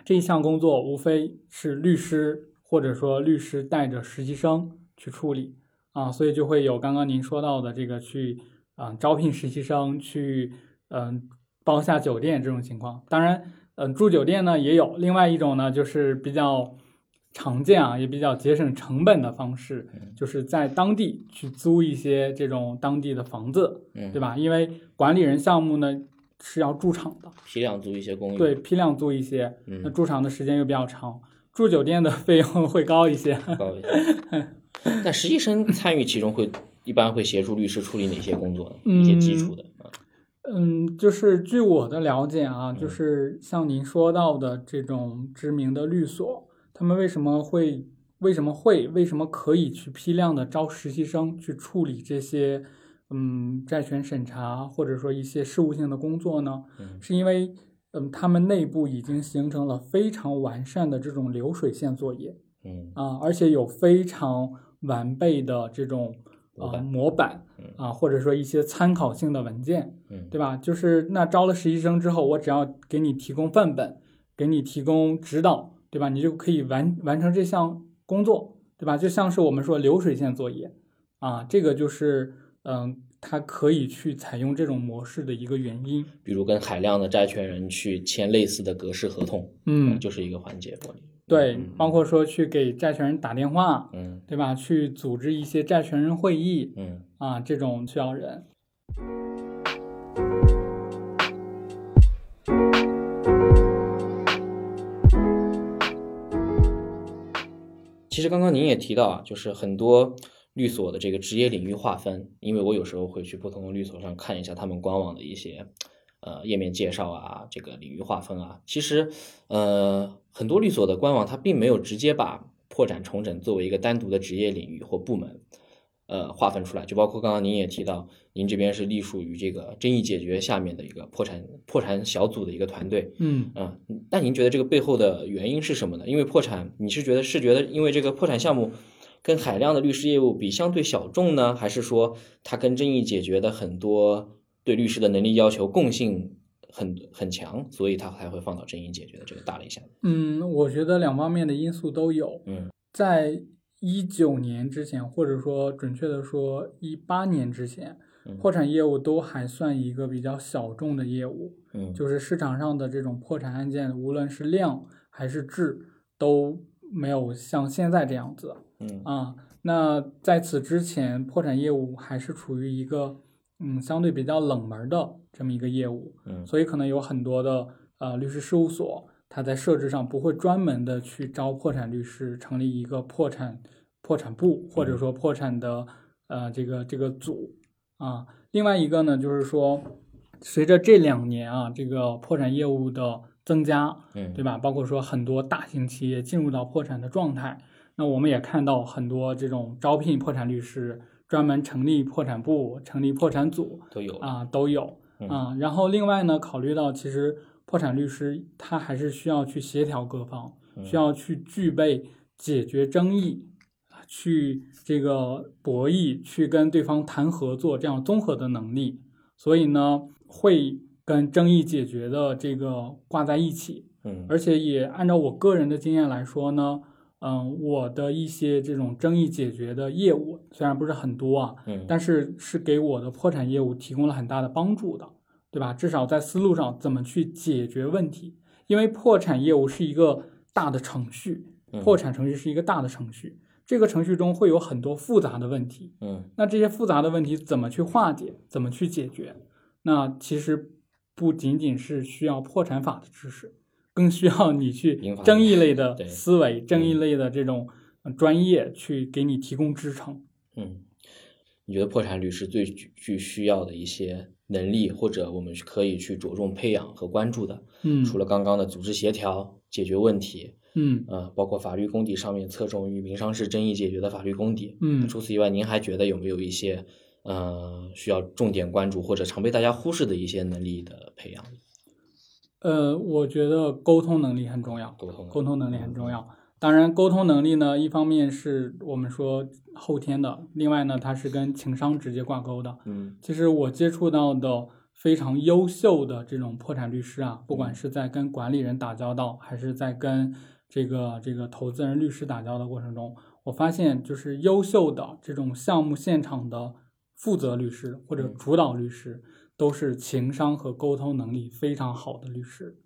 Speaker 1: 这一项工作无非是律师或者说律师带着实习生去处理啊，所以就会有刚刚您说到的这个去啊、招聘实习生去嗯、包下酒店这种情况。当然，嗯、住酒店呢也有，另外一种呢就是比较常见啊，也比较节省成本的方式，
Speaker 2: 嗯
Speaker 1: 就是在当地去租一些这种当地的房子，
Speaker 2: 嗯，
Speaker 1: 对？吧？因为管理人项目呢是要驻场的。
Speaker 2: 批量租一些公寓，
Speaker 1: 对，，批量租一些，那
Speaker 2: 嗯，
Speaker 1: 驻场的时间又比较长，住酒店的费用会高一些。
Speaker 2: 高一些。但实习生参与其中会一般会协助律师处理哪些工作呢？一些基础的，啊
Speaker 1: 嗯，就是据我的了解啊，
Speaker 2: 嗯
Speaker 1: 就是像您说到的这种知名的律所，他们为什么会、为什么会、为什么可以去批量的招实习生去处理这些嗯债权审查或者说一些事务性的工作呢？
Speaker 2: 嗯
Speaker 1: 是因为嗯他们内部已经形成了非常完善的这种流水线作业。
Speaker 2: 嗯
Speaker 1: 啊，而且有非常完备的这种
Speaker 2: 模
Speaker 1: 啊
Speaker 2: 板
Speaker 1: 模板
Speaker 2: 嗯
Speaker 1: 啊，或者说一些参考性的文件，
Speaker 2: 嗯，
Speaker 1: 对吧？就是那招了实习生之后，我只要给你提供范本，给你提供指导，对吧？你就可以完完成这项工作，对吧？就像是我们说流水线作业啊，这个就是嗯，它可以去采用这种模式的一个原因。
Speaker 2: 比如跟海量的债权人去签类似的格式合同，
Speaker 1: 嗯，
Speaker 2: 就是一个环节。我理解
Speaker 1: 对
Speaker 2: 嗯，
Speaker 1: 包括说去给债权人打电话，
Speaker 2: 嗯
Speaker 1: 对吧？去组织一些债权人会议，
Speaker 2: 嗯。
Speaker 1: 啊，这种需要人。
Speaker 2: 其实刚刚您也提到啊，就是很多律所的这个职业领域划分，因为我有时候会去不同的律所上看一下他们官网的一些呃页面介绍啊，这个领域划分啊。其实呃，很多律所的官网它并没有直接把破产重整作为一个单独的职业领域或部门。呃，划分出来，就包括刚刚您也提到，您这边是隶属于这个争议解决下面的一个破产破产小组的一个团队，
Speaker 1: 嗯
Speaker 2: 啊，那您觉得这个背后的原因是什么呢？因为破产，你是觉得是觉得因为这个破产项目跟海量的律师业务比相对小众呢，还是说它跟争议解决的很多对律师的能力要求共性很很强，所以它才会放到争议解决的这个大类下面？
Speaker 1: 嗯，我觉得两方面的因素都有。
Speaker 2: 嗯，
Speaker 1: 在一九年之前，或者说准确的说一八年之前，
Speaker 2: 嗯
Speaker 1: 破产业务都还算一个比较小众的业务，
Speaker 2: 嗯，
Speaker 1: 就是市场上的这种破产案件，无论是量还是质，都没有像现在这样子。
Speaker 2: 嗯
Speaker 1: 啊，那在此之前，破产业务还是处于一个嗯相对比较冷门的这么一个业务，
Speaker 2: 嗯
Speaker 1: 所以可能有很多的呃律师事务所，它在设置上不会专门的去招破产律师，成立一个破产破产部或者
Speaker 2: 嗯
Speaker 1: 说破产的呃这个这个组啊。另外一个呢，就是说随着这两年啊这个破产业务的增加，
Speaker 2: 嗯，
Speaker 1: 对
Speaker 2: 吧？
Speaker 1: 吧？包括说很多大型企业进入到破产的状态，那我们也看到很多这种招聘破产律师，专门成立破产部、成立破产组
Speaker 2: 都有了，
Speaker 1: 啊，都有
Speaker 2: 嗯
Speaker 1: 啊。然后另外呢，考虑到其实破产律师他还是需要去协调各方，
Speaker 2: 嗯
Speaker 1: 需要去具备解决争议、去这个博弈、去跟对方谈合作这样综合的能力，所以呢，会跟争议解决的这个挂在一起。
Speaker 2: 嗯
Speaker 1: 而且也按照我个人的经验来说呢，嗯，我的一些这种争议解决的业务虽然不是很多啊，
Speaker 2: 嗯，
Speaker 1: 但是是给我的破产业务提供了很大的帮助的对吧？至少在思路上怎么去解决问题，因为破产业务是一个大的程序，
Speaker 2: 嗯
Speaker 1: 破产程序是一个大的程序，这个程序中会有很多复杂的问题，
Speaker 2: 嗯
Speaker 1: 那这些复杂的问题怎么去化解，怎么去解决？那其实不仅仅是需要破产法的知识，更需要你去
Speaker 2: 民法
Speaker 1: 争议类的
Speaker 2: 对嗯
Speaker 1: 思维、争议类的这种呃专业去给你提供支撑。
Speaker 2: 嗯，你觉得破产律师最具具需要的一些能力，或者我们可以去着重培养和关注的，
Speaker 1: 嗯，
Speaker 2: 除了刚刚的组织协调、解决问题，
Speaker 1: 嗯
Speaker 2: 呃，包括法律功底上面侧重于民商事争议解决的法律功底。
Speaker 1: 嗯
Speaker 2: 除此以外，您还觉得有没有一些呃需要重点关注或者常被大家忽视的一些能力的培养？
Speaker 1: 呃，我觉得沟通能力很重要。
Speaker 2: 沟通，啊
Speaker 1: 沟通能力很重要。当然，沟通能力呢，一方面是我们说后天的，另外呢，它是跟情商直接挂钩的。
Speaker 2: 嗯
Speaker 1: 其实我接触到的非常优秀的这种破产律师啊，不
Speaker 2: 嗯
Speaker 1: 管是在跟管理人打交道，还是在跟这个这个投资人律师打交道过程中，我发现就是优秀的这种项目现场的负责律师或者
Speaker 2: 嗯
Speaker 1: 主导律师，都是情商和沟通能力非常好的律师，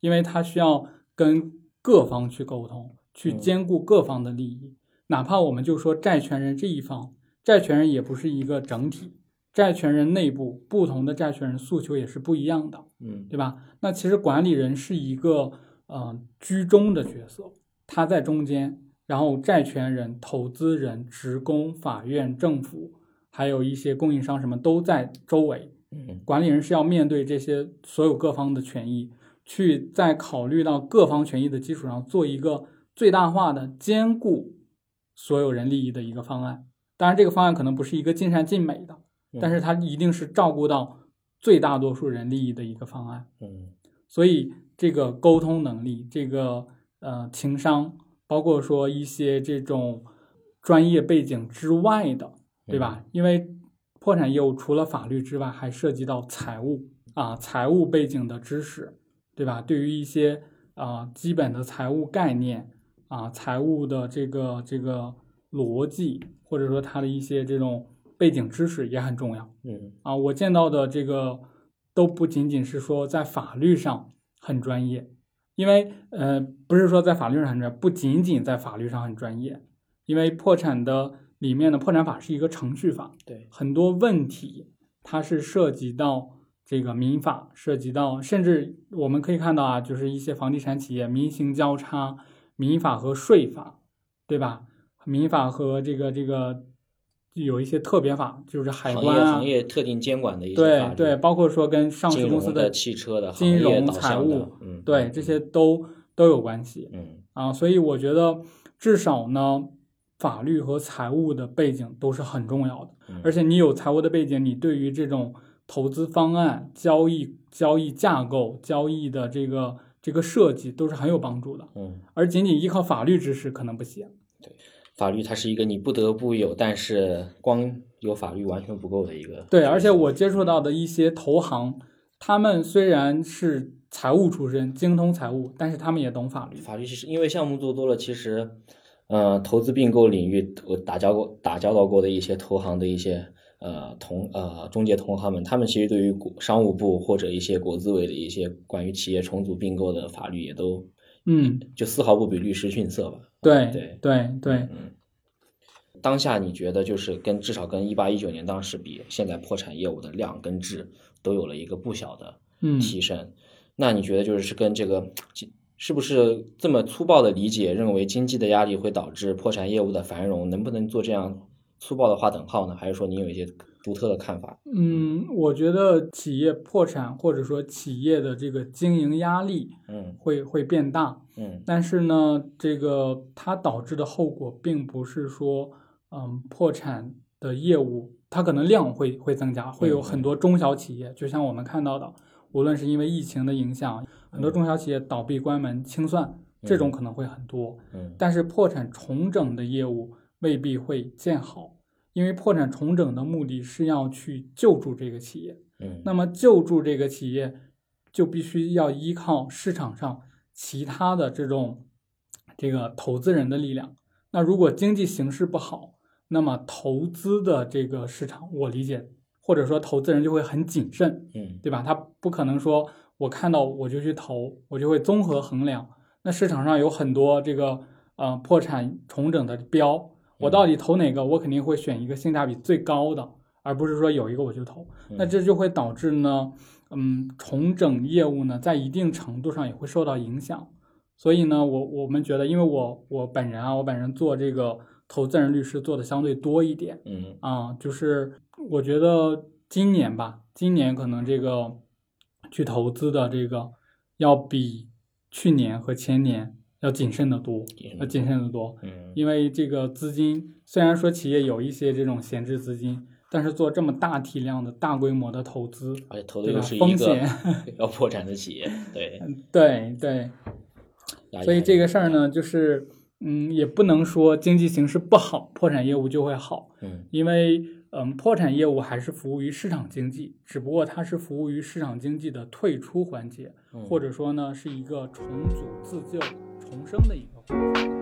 Speaker 1: 因为他需要跟各方去沟通，去
Speaker 2: 嗯
Speaker 1: 兼顾各方的利益。哪怕我们就说债权人这一方，债权人也不是一个整体，债权人内部不同的债权人诉求也是不一样的，
Speaker 2: 嗯
Speaker 1: 对吧？那其实管理人是一个呃居中的角色，他在中间，然后债权人、投资人、职工、法院、政府，还有一些供应商什么都在周围。
Speaker 2: 嗯
Speaker 1: 管理人是要面对这些所有各方的权益，去在考虑到各方权益的基础上，做一个最大化的兼顾所有人利益的一个方案。当然，这个方案可能不是一个尽善尽美的，但是它一定是照顾到最大多数人利益的一个方案。
Speaker 2: 嗯
Speaker 1: 所以，这个沟通能力，这个呃情商，包括说一些这种专业背景之外的，对吧？因为破产业务除了法律之外，还涉及到财务啊、财务背景的知识，对吧？对于一些啊、基本的财务概念啊、财务的这个这个逻辑，或者说它的一些这种背景知识也很重要。
Speaker 2: 嗯
Speaker 1: 啊，我见到的这个都不仅仅是说在法律上很专业，因为呃，不是说在法律上很专业，不仅仅在法律上很专业，因为破产的里面的破产法是一个程序法，
Speaker 2: 对，
Speaker 1: 很多问题它是涉及到这个民法，涉及到甚至我们可以看到啊，就是一些房地产企业民刑交叉、民法和税法，对吧？民法和这个这个有一些特别法，就是海
Speaker 2: 行
Speaker 1: 关
Speaker 2: 业
Speaker 1: 啊，
Speaker 2: 行业特定监管的一些法
Speaker 1: 对
Speaker 2: 律
Speaker 1: 对，包括说跟上市
Speaker 2: 金
Speaker 1: 公司
Speaker 2: 融的、汽车的、
Speaker 1: 金
Speaker 2: 行业
Speaker 1: 融、
Speaker 2: 导
Speaker 1: 财
Speaker 2: 向的
Speaker 1: 务，
Speaker 2: 嗯，
Speaker 1: 对这些都都有关系
Speaker 2: 嗯
Speaker 1: 啊。所以我觉得至少呢，法律和财务的背景都是很重要的。
Speaker 2: 嗯
Speaker 1: 而且你有财务的背景，你对于这种投资方案、交易、交易架构、交易的这个这个设计都是很有帮助的。
Speaker 2: 嗯，
Speaker 1: 而仅仅依靠法律知识可能不行。
Speaker 2: 法律它是一个你不得不有，但是光有法律完全不够的一个。
Speaker 1: 对，而且我接触到的一些投行，他们虽然是财务出身，精通财务，但是他们也懂法律。
Speaker 2: 法律其实因为项目做多了，其实，呃，投资并购领域我打交过打交道过的一些投行的一些呃同呃中介同行们，他们其实对于国商务部或者一些国资委的一些关于企业重组并购的法律也都
Speaker 1: 嗯，
Speaker 2: 就丝毫不比律师逊色吧。
Speaker 1: 对
Speaker 2: 对
Speaker 1: 对对，
Speaker 2: 嗯，当下你觉得就是跟至少跟一八一九年当时比，现在破产业务的量跟质都有了一个不小的
Speaker 1: 嗯
Speaker 2: 提升。那你觉得就是跟这个是不是这么粗暴的理解，认为经济的压力会导致破产业务的繁荣，能不能做这样粗暴的划等号呢？还是说你有一些独特的看法？
Speaker 1: 嗯，我觉得企业破产或者说企业的这个经营压力
Speaker 2: 嗯
Speaker 1: 会会变大，
Speaker 2: 嗯
Speaker 1: 但是呢，这个它导致的后果并不是说，嗯，破产的业务它可能量会会增加，会有很多中小企业，就像我们看到的，无论是因为疫情的影响，很多中小企业倒闭、关门、清算，这种可能会很多。
Speaker 2: 嗯
Speaker 1: 但是破产重整的业务未必会见好，因为破产重整的目的是要去救助这个企业。
Speaker 2: 嗯，
Speaker 1: 那么救助这个企业，就必须要依靠市场上其他的这种这个投资人的力量。那如果经济形势不好，那么投资的这个市场，我理解或者说投资人就会很谨慎，
Speaker 2: 嗯
Speaker 1: 对吧？他不可能说我看到我就去投，我就会综合衡量。那市场上有很多这个呃破产重整的标，
Speaker 2: 嗯
Speaker 1: 我到底投哪个？我肯定会选一个性价比最高的，而不是说有一个我就投。那
Speaker 2: 嗯
Speaker 1: 这就会导致呢，嗯，重整业务呢，在一定程度上也会受到影响。所以呢，我我们觉得，因为我我本人啊，我本人做这个投资人律师做的相对多一点
Speaker 2: 嗯
Speaker 1: 啊、就是我觉得今年吧，今年可能这个去投资的这个要比去年和前年要谨慎的多
Speaker 2: 谨慎，
Speaker 1: 要
Speaker 2: 得
Speaker 1: 谨慎的多。
Speaker 2: 嗯
Speaker 1: 因为这个资金虽然说企业有一些这种闲置资金，但是做这么大体量的大规模的投资，
Speaker 2: 而且投的
Speaker 1: 对吧？
Speaker 2: 又是一
Speaker 1: 风
Speaker 2: 个
Speaker 1: 险，
Speaker 2: [laughs] 要破产的企业，
Speaker 1: [laughs]
Speaker 2: 对，
Speaker 1: 对对，
Speaker 2: 压力
Speaker 1: 所以
Speaker 2: 还
Speaker 1: 这
Speaker 2: 是
Speaker 1: 个
Speaker 2: 很
Speaker 1: 事儿
Speaker 2: 大，
Speaker 1: 呢，就是嗯，也不能说经济形势不好，破产业务就会好，
Speaker 2: 嗯
Speaker 1: 因为嗯，破产业务还是服务于市场经济，只不过它是服务于市场经济的退出环节，
Speaker 2: 嗯
Speaker 1: 或者说呢，是一个重组自救、重生的一个环节。